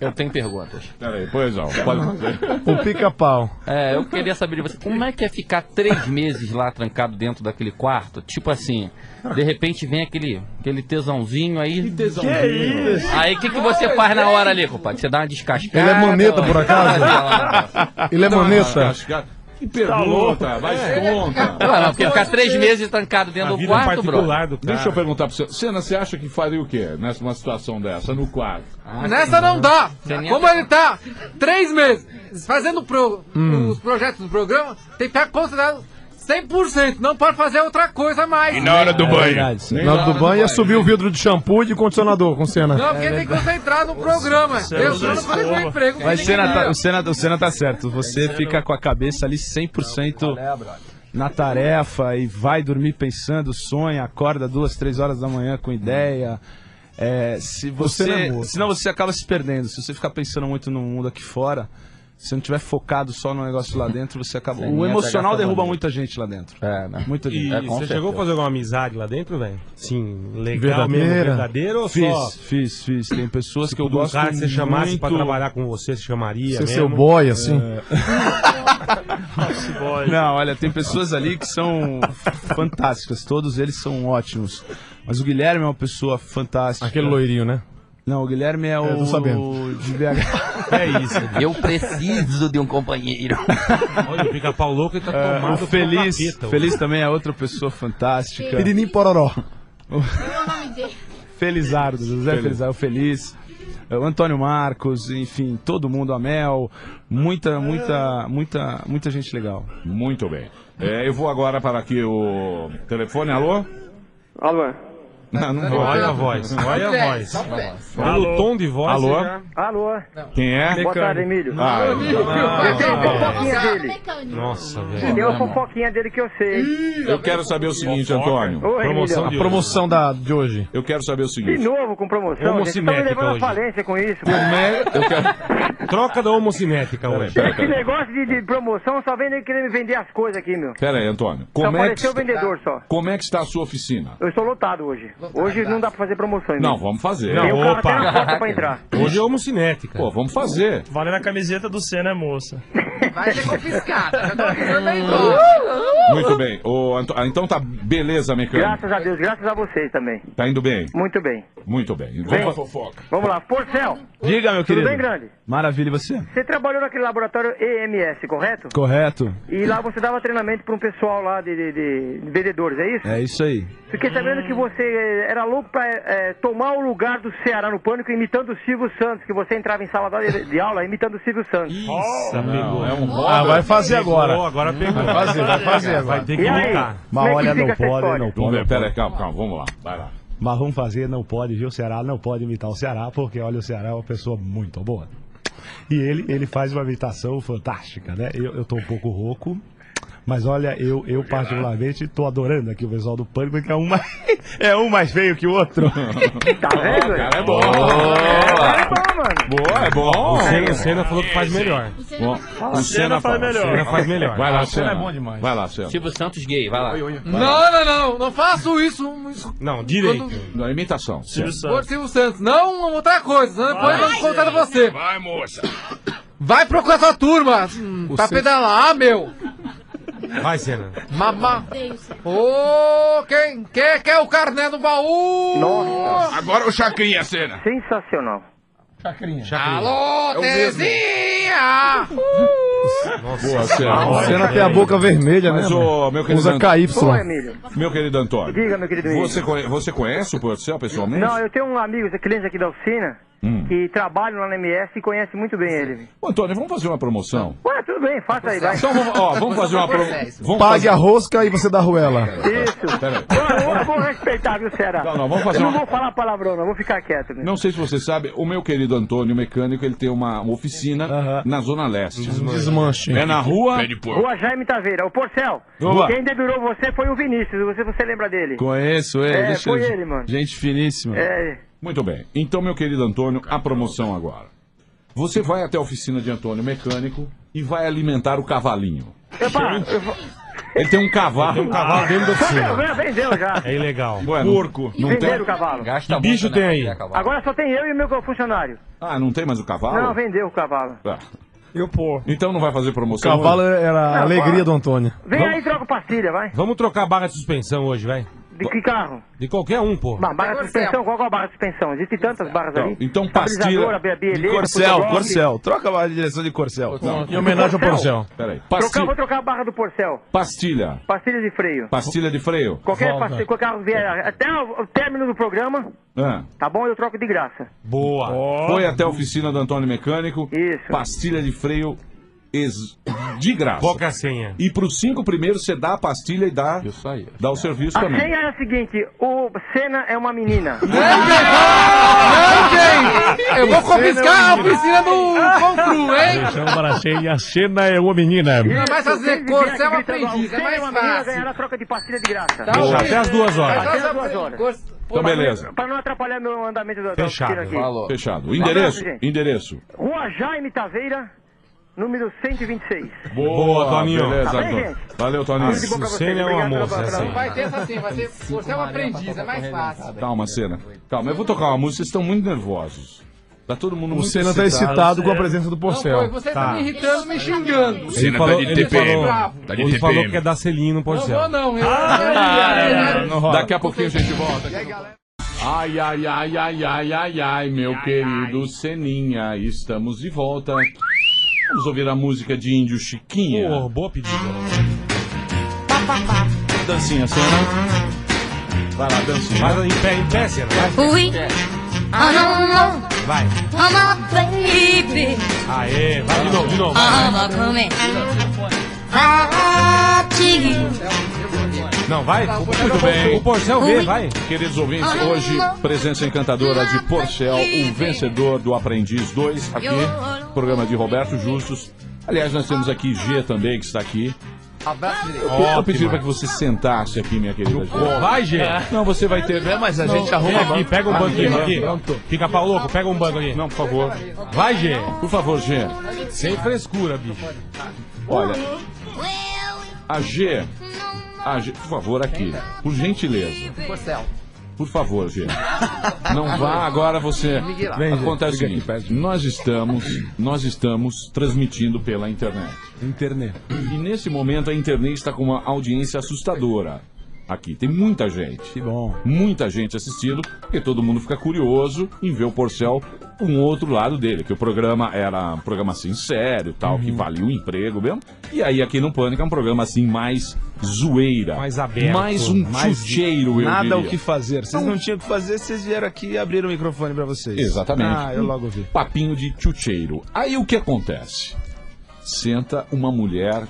Eu tenho perguntas. Peraí, pois não. Pode fazer. O pica-pau. É, eu queria saber de você, como é que é ficar três meses lá trancado dentro daquele quarto? Tipo assim, de repente vem aquele, aquele tesãozinho aí. Que tesãozinho? Aí o que, que você faz é. na hora ali, compadre? Você dá uma descascada? Ele é maneta, por acaso? Não, Ele é maneta. Que Tá pergunta, mais conta. não, É. porque ficar três meses trancado A dentro do vida quarto, bro. particular do cara. Deixa eu perguntar pra você. Senna, você acha que faria o quê nessa uma situação dessa, no quarto? Ah, Nessa não dá. Como ele tá três meses fazendo pro- Hum. os projetos do programa, tem que estar concentrado 100%, não pode fazer outra coisa mais. E na hora É do banho? É Verdade, sim. Na hora do banho ia subir o vidro de shampoo e de condicionador com cena. Não, porque tem que concentrar no programa. é Eu só não falei meu emprego. porque Mas tem Senna que- um tá- o, Senna, o Senna tá certo. Você fica com a cabeça ali 100% na tarefa e vai dormir pensando, sonha, acorda duas, três horas da manhã com ideia. É, se Senna é você, morto. senão você acaba se perdendo. Se você ficar pensando muito no mundo aqui fora, se não tiver focado só no negócio lá dentro, você acaba. O Senninha emocional tá gastando derruba muito. muita gente lá dentro. É, né? Muita E gente. É, com você certeza. chegou a fazer alguma amizade lá dentro, velho? Sim, legal Verdadeira. mesmo, verdadeiro ou só? Fiz, fiz, fiz. Tem pessoas que eu Um gosto cara que você chamasse pra muito. trabalhar com você, você chamaria Ser mesmo? É. seu boy, assim. Não, olha, tem pessoas ali que são fantásticas, todos eles são ótimos. Mas o Guilherme é uma pessoa fantástica. Aquele loirinho, né? Não, o Guilherme é o tô sabendo. o de BH. É isso. Eu preciso de um companheiro. Olha, o pica-pau louco ele tá É, O tomado Feliz, pela capeta, Feliz também é outra pessoa fantástica. Pirinim Pororó. Qual é o nome dele? Felizardo, José Felizardo, Feliz. é, O Antônio Marcos, enfim, todo mundo, a Mel, muita, muita, muita, muita gente legal. Muito bem. É, eu vou agora para aqui o telefone. Alô? Alô? Não, não vou. Olha a voz, olha a voz. Pelo Alô? tom de voz, Alô? você já- Alô? Quem é? Boa tarde, Emílio. Ah, eu tenho a fofoquinha Só dele. mecânico. Nossa, velho. Tem uma fofoquinha dele que eu sei. hein? eu quero saber o seguinte, Antônio. Ô, Promoção Emílio. de Promoção da, de hoje. Eu quero saber o De seguinte. novo com promoção. Vocês estão me Homocinética levando à hoje. falência com isso. cara. Eu quero... Troca da homocinética hoje. Esse negócio de, de promoção só vem nem querer me vender as coisas aqui, meu. Pera aí, Antônio. Só Como é, que apareceu o está... vendedor só. Como é que está a sua oficina? Eu estou lotado hoje. Hoje não dá pra fazer promoção, Emílio. Não, vamos fazer. Tem um Opa. cara até na porta pra entrar. Hoje é homocinética. Pô, vamos fazer. Valendo a camiseta do Senna, é moça. Vai ser confiscado. Já tô avisando aí, pô. Muito bem. Ô, Anto- ah, então tá beleza, mecânico. Graças a Deus, graças a vocês também. Tá indo bem? Muito bem. Muito bem. Vem. Vamos fofoca. Vamos lá, Porcel. Diga, meu Tudo querido. bem, grande? Maravilha, e você? Você trabalhou naquele laboratório EMS, correto? Correto. E lá você dava treinamento para um pessoal lá de, de- de- de vendedores, é isso? É isso aí. Fiquei sabendo que você era louco pra eh, tomar o lugar do Ceará no Pânico imitando o Silvio Santos, que você entrava em sala de, de aula imitando o Silvio Santos. Isso, Tá Não, é um Ah, vai fazer Pegou, agora. agora pegou. Hum, Vai fazer, vai fazer agora. Vai ter que imitar. é Mas olha, não pode, não Vamos ver, pode. pera aí, calma, calma, vamos lá. Vai lá. Mas vamos fazer, não pode, viu? O Ceará não pode imitar o Ceará, porque olha, o Ceará é uma pessoa muito boa. E ele, ele faz uma imitação fantástica, né? Eu, eu tô um pouco rouco, mas olha, eu, eu particularmente tô adorando aqui o pessoal do Pânico, que é um mais, é um mais feio que o outro. Tá vendo? Cara, é bom. Boa, é bom. O Senna- o Senna falou que faz melhor. Bom, O Senna faz melhor. O Senna faz melhor. Vai lá, O Senna Senna. é bom demais. Vai lá, Senna. Silvio Santos gay, vai lá. Não, não, não, não faço isso. um isso Não, direito. Na é imitação. Senna. Ô, Silvio Santos, não outra coisa, senão depois Vai, vamos contar gente, você. Vai, moça. Vai procurar sua turma hum, pra Santos- pedalar, meu. Vai, Senna. Mamá. Ô, quem quer quer o carné do baú? Nossa. Agora o Chacrinha, é Senna. Sensacional. Chacrinha. Alô, É o mesmo. Terezinha! Nossa, Boa, Senna. O Senna tem a boca vermelha, Mas, né, ô, mano? meu querido Usa Ant- KY. Boa, Emílio. Meu querido Antônio. Diga, meu querido Emílio. Você, conhe- você conhece o Porcel pessoalmente? Não, eu tenho um amigo, esse cliente aqui da oficina, é Hum. que trabalha lá na MS e conhece muito bem ele. Ô, Antônio, vamos fazer uma promoção? Ué, tudo bem, faça aí, vai. Então, vamos, ó, vamos fazer um uma promoção. Pague a rosca e você dá ruela. Isso. Eu, eu vou respeitar, viu, Ceará? Não, não, vamos fazer Eu não uma- vou falar palavrão, não, vou ficar quieto. Né? Não sei se você sabe, o meu querido Antônio, mecânico, ele tem uma uma oficina na Zona Leste. Desmanche. É na rua. Rua Jaime Taveira. Ô, Porcel, Opa. quem dedurou você foi o Vinícius, você, você lembra dele? Conheço ele. É, deixa foi eu- ele, mano. Gente finíssima. É. Muito bem. Então, meu querido Antônio, a promoção agora. Você vai até a oficina de Antônio Mecânico e vai alimentar o cavalinho. Ele tem um cavalo. Tem um cavalo dentro da oficina. Já vendeu já. É ilegal. Ué, não- Porco. Não Venderam tem? o cavalo. Que bicho né? tem aí? Agora só tem eu e o meu funcionário. Ah, não tem mais o cavalo? Não, vendeu o cavalo. Tá. Eu, pô. Então não vai fazer promoção. Cavalo hoje? era a alegria do Antônio. Vem aí e troca o pastilha, vai. Vamos trocar a barra de suspensão hoje, vai. De que carro? De qualquer um, pô. Uma barra de suspensão, qual que é a barra de suspensão? Existem tantas barras ali. Então, Estabilizadora, pastilha. bieleta, Corcel, futebol. Corcel. Troca a direção de Corcel. Não. Em homenagem ao Porcel. Peraí. Trocar, Pasti... vou trocar a barra do Porcel. Pastilha. Pastilha de freio. Pastilha de freio. Qualquer pastilha, qualquer carro vier até o, o término do programa, Ah. tá bom? Eu troco de graça. Boa. Foi até a oficina do Antônio Mecânico. Isso. Pastilha de freio ex- de graça. Qual que é a senha? E para os cinco primeiros você dá a pastilha e dá, dá o serviço A também. senha é a seguinte, o Senna é uma menina. Não, Eu vou confiscar a oficina do Confru, hein? Então, para cheia, a cena é uma menina. Não é mais fazer Corcel é um aprendiz, é Senna mais uma menina, fácil. ganhará troca de pastilha de graça. Tá ok. Até as duas horas. Até as duas horas. Então beleza. Pra não atrapalhar meu andamento da da oficina Fechado. aqui. Tá Fechado. Endereço, gente. endereço. Rua Jaime Taveira, número 126. Boa, Toninho. Beleza, Tá bem, Antônio. gente? Valeu, Toninho. Tudo de bom pra vocês. Senna é uma Obrigado moça, pela- assim. essa aí. Vai ter essa sim, vai ser Corcel é um aprendiz, é mais fácil. Calma, cena. Calma, eu vou tocar uma música, vocês estão muito nervosos. Tá todo mundo O muito Senna tá excitado É. com a presença do Não foi, Porcel. você Tá. tá me irritando, me xingando. O Senna tá falou- de ele TPM. falou- Tá de Ele falou que TPM. quer dar selinho Não no vou Porcel. não, eu... Ah, Daqui a pouquinho a gente volta. Ai, ai, ai, ai, ai, ai, ai, meu querido Seninha, estamos de volta. Vamos ouvir a música de Índio Chiquinha. Pô, boa pedida. Dancinha, Senna. Vai lá, dancinha. Mas em pé, em pé, Senna. We É. Ah, are on Vai. my baby. Aê, vai de novo, de novo. I'm coming. Ah, to Não, vai. Muito bem. O Porcel vê, vai. Queridos ouvintes, hoje presença encantadora de Porcel, o vencedor do Aprendiz 2, aqui, programa de Roberto Justus. Aliás, nós temos aqui G também, que está aqui. Abraço direito. Eu vou pedir para que você sentasse aqui, minha querida G. Vai, Gê. Não, você vai ter. mas a gente É. Vem arruma aqui, pega um banquinho aqui. Fica pau louco, pega um banco aqui. Não, por favor. Vai, Gê. Por favor, G. Sem frescura, bicho. Olha. A G. A G, por favor, aqui. Por gentileza. é um Corcel. Por favor, gente. Não vá agora você. Fique lá. Vem, gente, Acontece o fica aqui seguinte, nós estamos, nós estamos transmitindo pela internet. Internet. E nesse momento a internet está com uma audiência assustadora. Aqui tem muita gente. Que bom. Muita gente assistindo, porque todo mundo fica curioso em ver o Porcel um outro lado dele, que o programa era um programa assim sério, tal, Uhum. que valia o emprego mesmo. E aí aqui no Pânico é um programa assim mais zoeira, mais aberto, mais um mais- chucheiro, eu Nada diria. o que fazer. Vocês não tinham o que fazer, vocês vieram aqui e abriram o microfone pra vocês. Exatamente. Um Ah, eu logo vi. Papinho de chucheiro. Aí o que acontece? Senta uma mulher.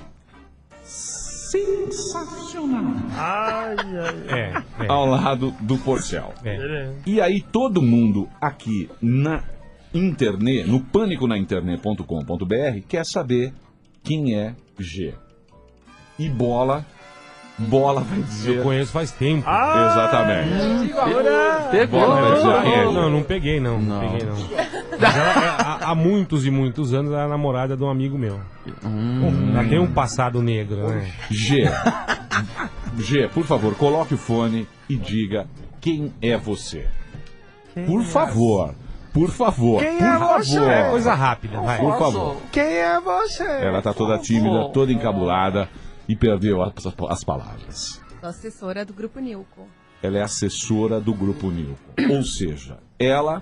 Sensacional. Ai, ai, É, Ao lado do Porcel. É. E aí todo mundo aqui na internet, no pânico na internet.com.br, quer saber quem é G. E bola, bola vai dizer. Eu conheço faz tempo. Ah! Exatamente. Bola, Bola vai dizer quem é G. Não, não peguei não. Não peguei não. Mas ela é- há, há muitos e muitos anos ela é namorada de um amigo meu. Ela tem um passado negro, né? Hum. G. G, por favor, coloque o fone e diga quem é você. Por favor. Por favor. é Quem por é favor. você? É coisa rápida, vai. Por favor. Quem é você? Ela tá toda tímida, toda encabulada e perdeu as, as palavras. Sou assessora do Grupo Nilco. Ela é assessora do Grupo Nilco. Ou seja, ela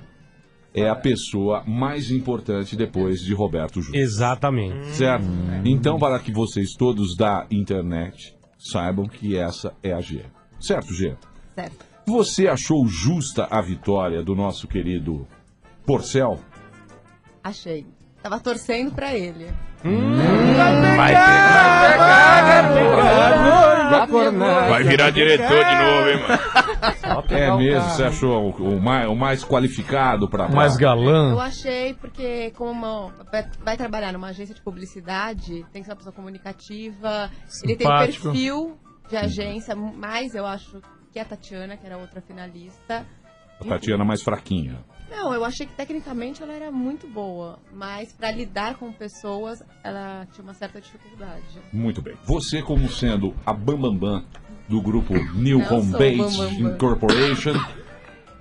é a pessoa mais importante depois de Roberto Júnior. Exatamente. Certo? Então, para que vocês todos da internet saibam que essa é a G. Certo, G? Certo. Você achou justa a vitória do nosso querido Porcel? Achei. Tava torcendo pra ele. Hum, Vai pegar, vai pegar, garoto. Vai virar diretor de novo, hein, mano? É o mesmo, carro. você achou o, o mais, o mais qualificado para Mais galã. Eu achei porque como uma- vai- vai trabalhar numa agência de publicidade, tem que ser uma pessoa comunicativa, ele tem Simpático. perfil de agência, mais eu acho que a Tatiana, que era outra finalista. A Tatiana mais fraquinha. Não, eu achei que tecnicamente ela era muito boa, mas pra lidar com pessoas, ela tinha uma certa dificuldade. Muito bem. Você, como sendo a Bambambam do grupo Eu sou Newcom o Bates Bambambam. Incorporation,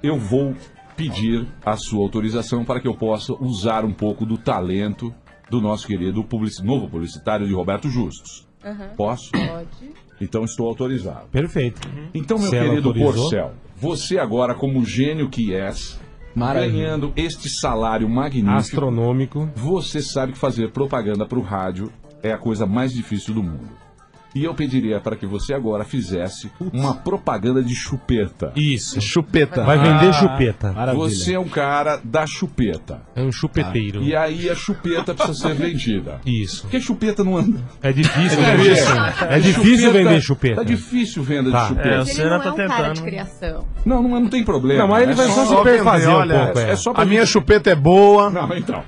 eu vou pedir a sua autorização para que eu possa usar um pouco do talento do nosso querido publici- novo publicitário de Roberto Justus. Aham. Posso? Pode. Então estou autorizado. Perfeito. Então, meu Se ela querido autorizou. Porcel, você agora, como gênio que és, Maravilha. ganhando este salário magnífico, Astronômico. você sabe que fazer propaganda para o rádio é a coisa mais difícil do mundo. E eu pediria para que você agora fizesse uma propaganda de chupeta. Isso. Chupeta. Ah, Vai Ah, vender chupeta. Você é um cara da chupeta. É um chupeteiro. E aí a chupeta precisa ser vendida. Isso. Porque chupeta não anda. É difícil Ah, vender chupeta. É difícil vender chupeta. Tá difícil venda Tá. de chupeta. É, o Ele não é um cara de criação. Não, não, não tem problema. Não, mas ele É vai só se vender, perfazer um pouco, é. É, é só pra A gente- minha chupeta é boa. Não, então.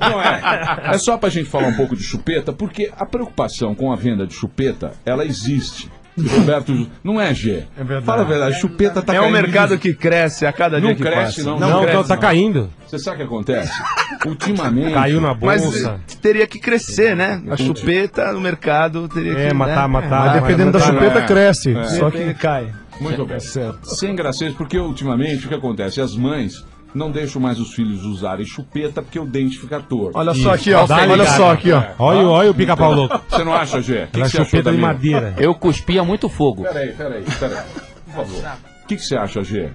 Não é. É só pra gente falar um pouco de chupeta, porque a preocupação com a venda de chupeta, ela existe. Roberto, Ju- não é G. É verdade. Fala a verdade, chupeta tá é um caindo mercado de- que cresce a cada Não dia que cresce, passa. não. Não, não, tá então caindo. Você sabe o que acontece? Ultimamente. Caiu na Mas é, bolsa. eh, teria que crescer, né? A chupeta no mercado teria que... É, matar, né? matar, Mas dependendo matar, da matar, chupeta, né? cresce, É. só que cai. Muito bem. Sem gracejos, porque ultimamente o que acontece? As mães não deixam mais os filhos usarem chupeta porque o dente fica torto. Olha só aqui, ó. Olha só aqui, ó. É. Olha, olha o pica-pau louco. Você não acha, Gê? O que, Ela que você achou chupeta da de minha? madeira. Eu cuspia muito fogo. Peraí, peraí, peraí. Por favor. O que, que você acha, Gê?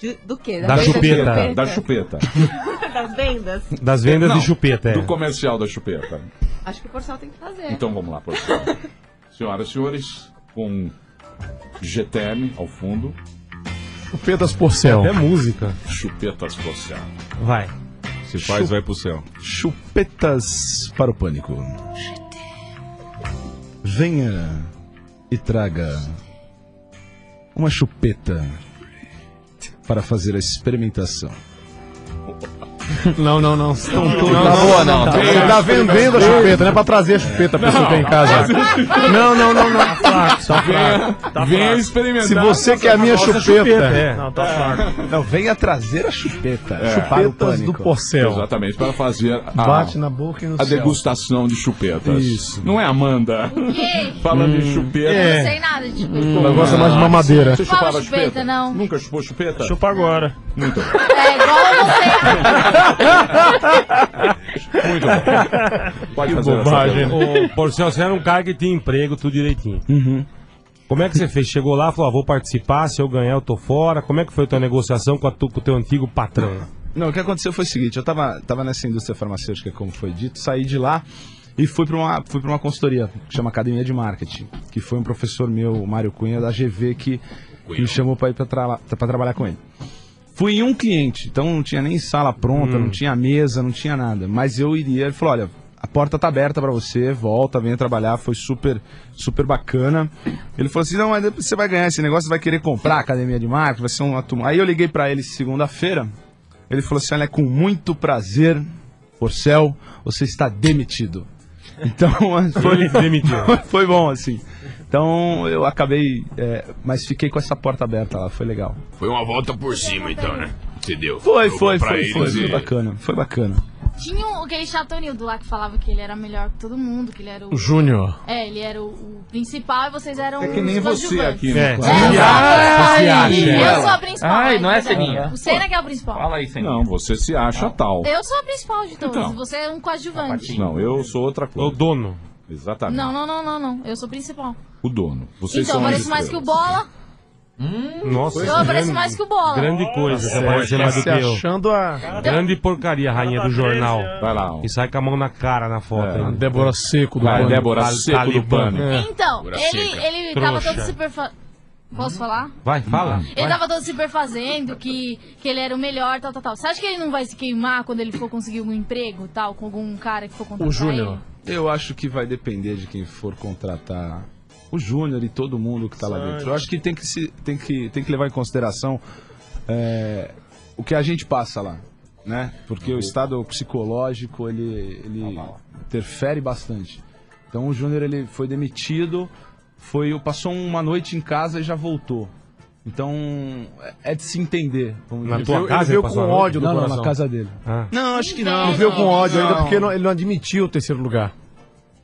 De- do quê? Da venda de chupeta. Da chupeta. das vendas? Das vendas Não, de chupeta, é. Do comercial da chupeta. Acho que o Porcel tem que fazer. Então vamos lá, professor. Senhoras e senhores, com GTM ao fundo, Chupetas Porcel. É música. chupetas pro céu. Vai. Se faz, vai pro céu. Chupetas para o pânico. Venha e traga uma chupeta para fazer a experimentação. Não, não, não. Não, não, não, não, não. Você tá vendendo a chupeta, não é pra trazer a chupeta pra você ter em casa. Não, não, não, não. Venha- venha é experimentar Se você a quer a minha chupeta. nossa chupeta, é. é. Não, tá fraco. Não, venha trazer a chupeta. Chupar o Chupetas do pânico. porcel. Exatamente, para fazer a, Bate Ah. na boca e no a céu. degustação de chupetas. Isso. Hum, é. Não é, Amanda? Falando em chupetas. Eu não sei nada de chupeta. Ela gosta Hum, mais de uma madeira. É. Você Fala chupava chupeta, chupeta? não. Nunca chupou chupeta? Chupa agora. Muito bom. É igual a você. Muito bom. Pode fazer essa pergunta. Ô, Porcel, você era um cara que tinha emprego, tudo direitinho. Como é que você fez? Chegou lá, falou, ah, vou participar, se eu ganhar eu tô fora. Como é que foi a tua negociação com, a tu- com o teu antigo patrão? Não, o que aconteceu foi o seguinte, eu tava, tava nessa indústria farmacêutica, como foi dito, saí de lá e fui para uma, fui pra uma consultoria, que chama Academia de Marketing, que foi um professor meu, o Mário Cunha, da GV, que me chamou para ir para trabalhar com ele. Fui em um cliente, então não tinha nem sala pronta, não tinha mesa, não tinha nada. Mas eu iria, ele falou, olha, a porta tá aberta para você, volta, venha trabalhar, foi super, super bacana. Ele falou assim, não, mas depois você vai ganhar esse negócio, você vai querer comprar a Academia de Marketing, vai ser uma turma. Aí eu liguei para ele segunda-feira, ele falou assim, olha, com muito prazer, Porcel, você está demitido. Então, foi, foi bom, assim. Então, eu acabei, é, mas fiquei com essa porta aberta lá, foi legal. Foi uma volta por cima, então, né? Você deu. Foi, Jogou foi, pra foi, eles foi, foi e- bacana, foi bacana. Tinha um- aquele chatonildo lá que falava que ele era melhor que todo mundo, que ele era o. O Júnior. É, ele era o, o principal e vocês eram É que nem os você coadjuvantes. aqui, né? É, Cláudio? eu sou a Ai, principal. você se acha Eu sou ela. a principal. Ai, não é, entendeu? Seninha? O Senna que é o principal. Não, você se acha tal. Eu sou a principal de todos. Então. Você é um coadjuvante. Não, eu sou outra coisa. O dono. Exatamente. Não, não, não, não, não. Eu sou principal. O dono. Vocês então, eu são as pareço mais que o estrelas. Bola. Nossa, eu pareço mais que o Bola. Grande coisa, Nossa, você vai ser mais do se que eu. achando a- Grande porcaria, rainha do jornal. Vai lá. E sai com a mão na cara na foto. hein? Débora Seco do Vai, Pânico. Débora Tal- Seco do Talibã. Pânico. É. Então, Figura ele, seca. ele tava Trouxa. todo se perfa... Posso falar? Vai, fala. Ele tava todo se perfazendo, que, que ele era o melhor, tal, tal, tal. Você acha que ele não vai se queimar quando ele for conseguir algum emprego, tal, com algum cara que for contratar ele? Eu acho que vai depender de quem for contratar o Júnior e todo mundo que tá lá Sanches. dentro. Eu acho que tem que, se, tem que, tem que levar em consideração é, o que a gente passa lá, né? Porque o Uhum. estado psicológico, ele, Tá ele interfere bastante. Então o Júnior, ele foi demitido, foi passou uma noite em casa e já voltou. Então, é- é de se entender. vamos Na dizer. tua Ele veio- casa ele veio ele com passou a noite? ódio do Não, não, na coração. casa dele. Não, acho que Não viu com ódio ainda porque não- ele não admitiu o terceiro lugar.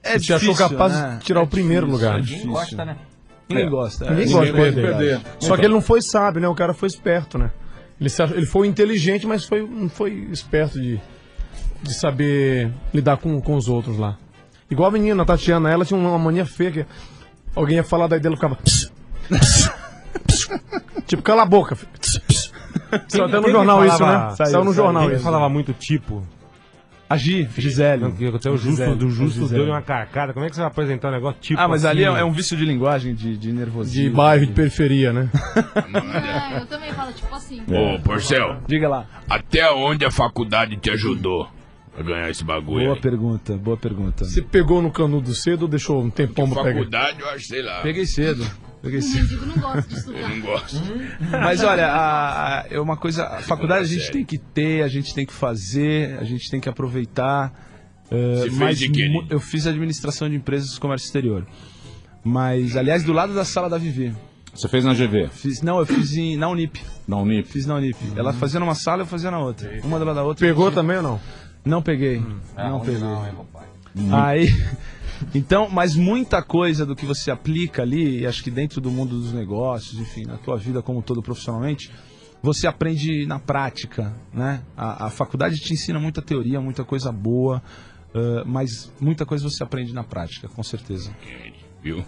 É Ele te achou difícil, capaz né? de tirar É o primeiro difícil, lugar. é difícil. Ninguém gosta, né? É. Ninguém gosta. é. Ninguém gosta de perder. Só que ele não foi sábio, né? O cara foi esperto, né? Ele, se ach- ele foi inteligente, mas foi, não foi esperto de, de saber lidar com, com os outros lá. Igual a menina, a Tatiana, ela tinha uma mania feia que alguém ia falar daí dela, ficava. "Pss, pss, pss." tipo, cala a boca. filho. Pss, pss. Saiu até no Quem que jornal isso, falava- né? Saiu, no jornal Quem que isso. falava muito tipo. A Gi, Gisele. Não, que até o Gisele, Justo, do Justo Gisele. deu uma carcada. Como é que você vai apresentar um negócio tipo Ah, mas ali é, assim? é um vício de linguagem, de, de De nervosismo. bairro, de periferia, né? É, eu também falo tipo assim. É. Ô, Porcel. É. Diga lá. Até onde a faculdade te ajudou a ganhar esse bagulho? Boa pergunta, boa pergunta. Você pegou no canudo cedo ou deixou um tempão pra pegar? Faculdade, eu acho, sei lá. Peguei cedo. Peguei cedo. Eu não gosto disso. Eu não gosto. Mas olha, a- a- é uma coisa. A faculdade a gente tem que ter, a gente tem que fazer, a gente tem que aproveitar. eh, Você fez mas de quê, mu- Nini? eu fiz administração de empresas e comércio exterior. Mas, aliás, do lado da sala da Vivi. Você fez na GV? Fiz, não, eu fiz em, na Unip. Na Unip? Fiz na Unip. Ela fazia numa sala, eu fazia na outra. Uma do lado da outra. Pegou também ou não? Não peguei. não peguei. Hum. Aí. Então, mas muita coisa do que você aplica ali, e acho que dentro do mundo dos negócios, enfim, na tua vida como um todo profissionalmente, você aprende na prática, né? A, a faculdade te ensina muita teoria, muita coisa boa, ãh, mas muita coisa você aprende na prática, com certeza. Viu?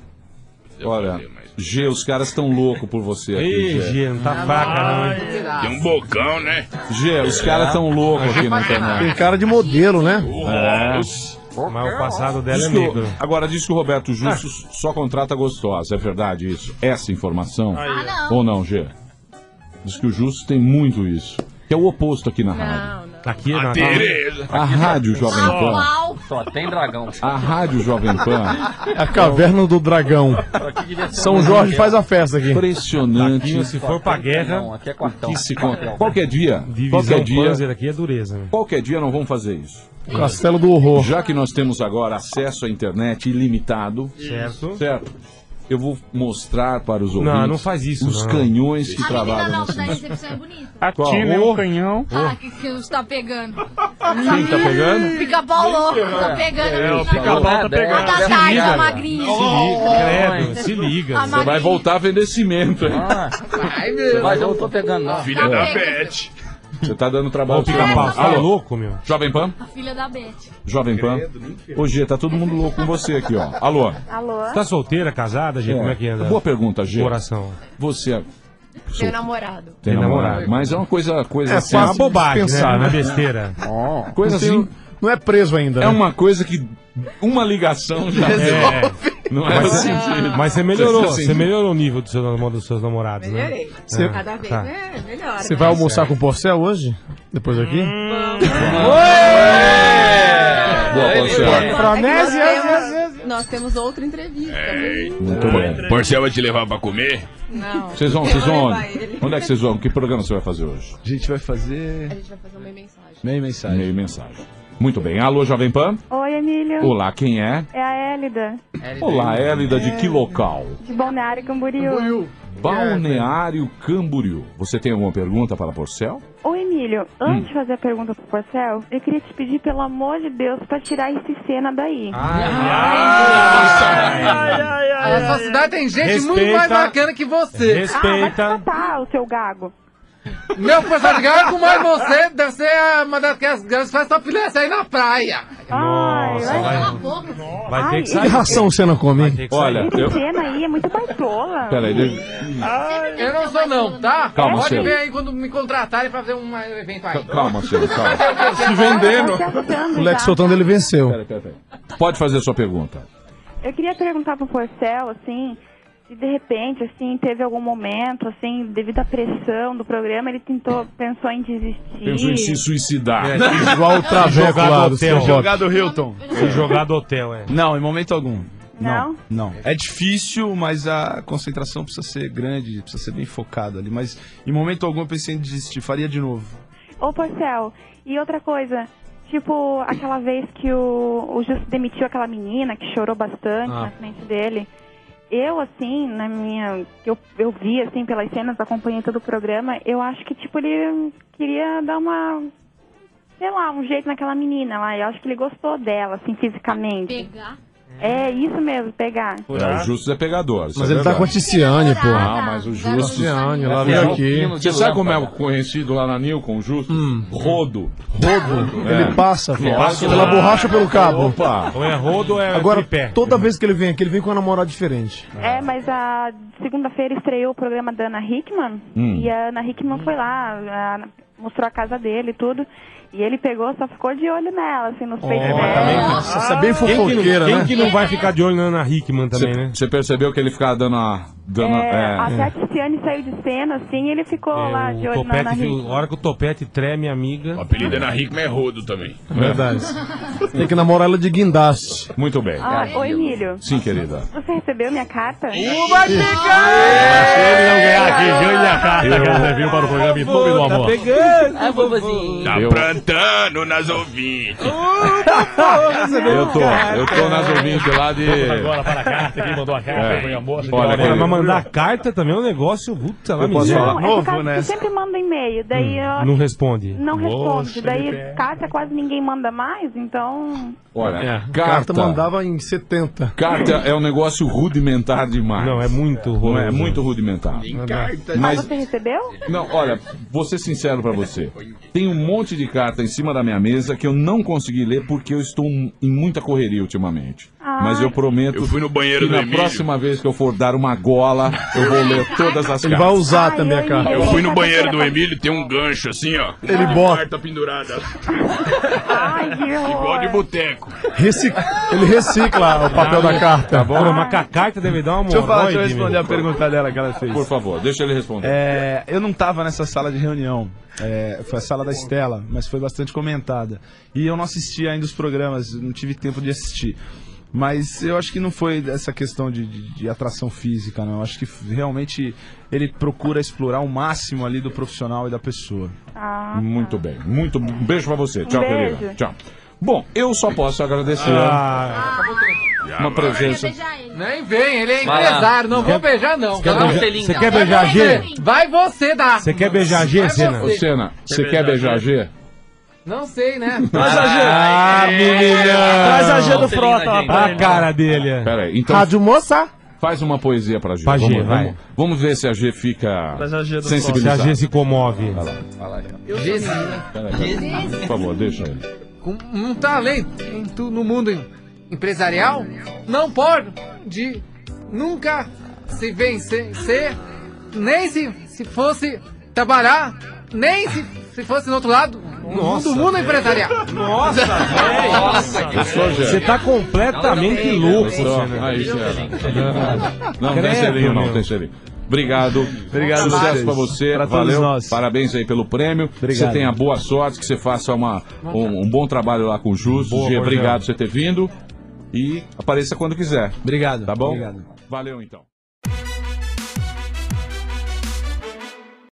Olha, G, os caras estão loucos por você aqui. Ei, G, não Ah, tá fraca, não, hein? Tem um bocão, né? G, É. os caras tão loucos aqui na Tem internet. cara de modelo, né? É. Mas o passado dela Diz é que o- negro. agora diz que o Roberto Justus só contrata gostosa, é verdade isso? Essa informação? Ah, Ou não, G? Diz que o Justus tem muito isso. Que é o oposto aqui na rádio. Não, não. tá Aqui né? na na- A rádio Jovem Pan. Atual. Só tem dragão. A Rádio Jovem Pan. É A Caverna do Dragão. é São Jorge faz a festa aqui. Impressionante. Aqui, um se for pra guerra, Não, aqui é o que se conta. Qualquer dia. Divisão qualquer Panzer dia. aqui é dureza. né? Qualquer dia não vamos fazer isso. O Castelo do Horror. Já que nós temos agora acesso à internet ilimitado. Certo. Certo. Eu vou mostrar para os Não, ouvintes não faz isso, os não. canhões que A menina trabalham da, nessa da recepção é bonita. Qual? Atina Oh. Ah, que, que está pegando. Quem tá pegando? Pica-pau louco, tá pegando. É, a o menina. pica-pau tá A pegando. da Se Thais, liga. a magrinha. Tá Credo, se liga. Você vai voltar a vender cimento, hein? Ah, Ai, meu. Mas eu não tô pegando, né? não. Filha Tá da pegando. Beth. Você tá dando trabalho. Ó, o pica-pau, tá Alô? louco, meu. Jovem Pan? A filha da Beth. Jovem Pan? Ô, Gê, tá todo mundo louco com você aqui, ó. Alô? Alô? Tá solteira, casada, gente? Como é que anda? Boa pergunta, Gê. Coração. Você é- Meu namorado. tem namorado, mas é uma coisa, coisa É assim- fácil de pensar, né? Besteira. Ó, coisa Não tem- assim, Não é preso ainda. é uma coisa que uma ligação já É. Não é mas, assim, gente. mas você melhorou, Você- você melhorou o nível do seu namoro- dos seus namorados, né? Melhorei. Ah, Cada vez tá. né? melhor. Você vai almoçar com o Porcel hoje? Depois aqui? Boa, Porcel. É Nós, Franésia, temos, nós temos outra entrevista. É. Muito bem. Porcel vai te levar pra comer? Não. Vocês vão, vocês vão Eu vou onde? levar ele. Onde é que vocês vão? Que programa você vai fazer hoje? A gente vai fazer. A gente vai fazer uma mensagem. Meio mensagem. Meio mensagem. Muito bem. Alô, Jovem Pan? Oi, Emílio. Olá, quem é? É a Hélida, Olá, Hélida, de que local? de Balneário Camboriú. Balneário Camboriú. Você tem alguma pergunta para Porcel? Ô, Emílio, antes Hum. de fazer a pergunta pro Porcel, eu queria te pedir, pelo amor de Deus, pra tirar esse cena daí. A sua cidade tem gente muito Respeita. mais bacana que você. Ah, vai catar o seu gago. Meu professor de garfo, mas você deve ser a- uma das que as grandes faz sua filha sair na praia. Nossa, vai, Ai, ter que sair. Que ração você não come? que sair. Olha, Esse eu- cena aí é muito baitola. Peraí, deixa... Eu não sou não, tá? Calma, Pode senhor. ver aí quando me contratarem pra fazer um evento aí. Calma, senhor, calma. Se O Tá. Lex soltando ele venceu. Pode fazer a sua pergunta. Eu queria perguntar pro Porcel, assim, se de repente, assim, teve algum momento, assim, devido à pressão do programa, ele tentou, pensou em desistir. Pensou em se suicidar. É, igual o Traveco lá do seu jogar do Hilton. Se jogar do hotel, é. Não, em momento algum. Não? Não. É difícil, mas a concentração precisa ser grande, precisa ser bem focado ali. Mas em momento algum eu pensei em desistir, faria de novo. Ô, Porcel, e outra coisa, tipo, aquela vez que o, o Justo demitiu aquela menina que chorou bastante Ah. na frente dele. Eu, assim, na minha. que Eu, eu vi, assim, pelas cenas, acompanhei todo o programa, eu acho que, tipo, ele queria dar uma. sei lá, um jeito naquela menina lá. Eu acho que ele gostou dela, assim, fisicamente. Pegar? É, isso mesmo, pegar. É, o Justus é pegador. isso Mas é ele tá verdade. com a Tiziane, pô. Ah, mas o É Justus. Tiziane, lá veio aqui. Hum. Você sabe como é o conhecido lá na Nilcon, o Justus? Rodo. Rodo? Ele passa, Ele filho. É. passa Pela lá. borracha ou pelo cabo? Opa. Ou é rodo ou é Agora, tripé. toda vez que ele vem aqui, ele vem com uma namorada diferente. É, mas a segunda-feira estreou o programa da Ana Hickman Hum. e a Ana Hickman foi lá, a- mostrou a casa dele e tudo. E ele pegou, só ficou de olho nela, assim, nos peitos dela. Nossa, essa é bem Quem que não- fofoqueira, quem né? que não vai ficar de olho na Ana Hickman também, né? Você percebeu que ele ficava dando a. Dando, É, Até é, a Tiziane saiu de cena, assim, e ele ficou lá de O olho na Ana topete, viu- Hickman. a hora que o topete treme, amiga. O apelido é na Hickman é rodo também. Verdade. Tem que namorar ela de guindaste. Muito bem. Ah, ô, Emílio, Sim, querida. você recebeu minha carta? Ele não É ganhar aqui, ganha minha carta, cara. Viu para o programa em nome do Tá amor. Ai, bobozinho. Tá Eu- plantando nas ouvintes. Eu tô, eu tô nas ouvintes lá de. Agora para a carta, quem mandou a carta É. foi a moça. Olha, Agora, querida. mas mandar carta também é um negócio, puta lá, Eu posso miséria. Não, falar? é por causa que sempre manda e-mail, daí eu- né? Não responde. não responde. Poxa, Daí carta quase ninguém manda mais, então... Olha, É, Carta É, carta. mandava em 70. Carta é um negócio rudimentar demais. Não, é muito rudimentar. É muito rudimentar. Mas Mas você recebeu? Não, olha, vou ser sincero pra você. Tem um monte de carta em cima da minha mesa que eu não consegui ler porque eu estou em muita correria ultimamente. Mas eu prometo Eu fui no banheiro que do na Emílio. próxima vez que eu for dar uma gola, eu vou ler todas as Ele cartas. vai usar também a carta. Eu fui no banheiro do Emílio, tem um gancho assim, ó. Ele Uma bota. Carta pendurada. Ai, que Igual de boteco. Recic- Ele recicla o papel da carta. Tá bom? Mas que a carta deve dar uma Deixa eu falar, deixa eu hemorroide, responder meu. a pergunta dela que ela fez. Por favor, deixa ele responder. É, eu não tava nessa sala de reunião. É, foi a sala da Estela, mas foi bastante comentada. E eu não assisti ainda os programas, não tive tempo de assistir. Mas eu acho que não foi essa questão de, de- de atração física, não. Eu acho que realmente ele procura explorar o máximo ali do profissional e da pessoa. Ah. Muito bem. Muito um beijo pra você. Tchau, beijo. querida. Tchau. Bom, eu só posso agradecer Ah. uma presença. Nem vem, ele é Vai lá. empresário, não Quer- vou beijar não. quer Vai lá. beijar- você quer beijar a G? Vai você dar. Você quer beijar G, Vai Senna? Ô, você. Senna, você quer beijar a G? Não sei, né? Ah, menina! é. Traz a G do Frota lá pra ele. cara dele. Peraí, então. Rádio Moça. Faz uma poesia pra G. Pra G, vamos, vai. vamos- vamos ver se a G fica Traz a G do sensibilizada. Frota. Se a G se comove. Vai lá, vai lá. Peraí, peraí. Gênio. Por favor, deixa ele. Com um talento em tu- no mundo em- empresarial, não pode de nunca se vencer, ser, nem se, se fosse trabalhar, nem se, se fosse no outro lado do mundo é empresarial. Nossa, velho. Nossa, que Gostou, Gê? Você tá completamente louco, Gostou? Senna. Aí, Gê. Não, não tem Credo, selinho, não, meu. tem selinho. Obrigado. Obrigado a Sucesso vocês. pra você. Pra todos Valeu. nós. Parabéns aí pelo prêmio. Obrigado. Que você tenha boa sorte, que você faça uma, um, um bom trabalho lá com o Justo. Boa, Gê, Gordão. obrigado por você ter vindo. E apareça quando quiser. Obrigado. Tá bom? Obrigado. Valeu, então.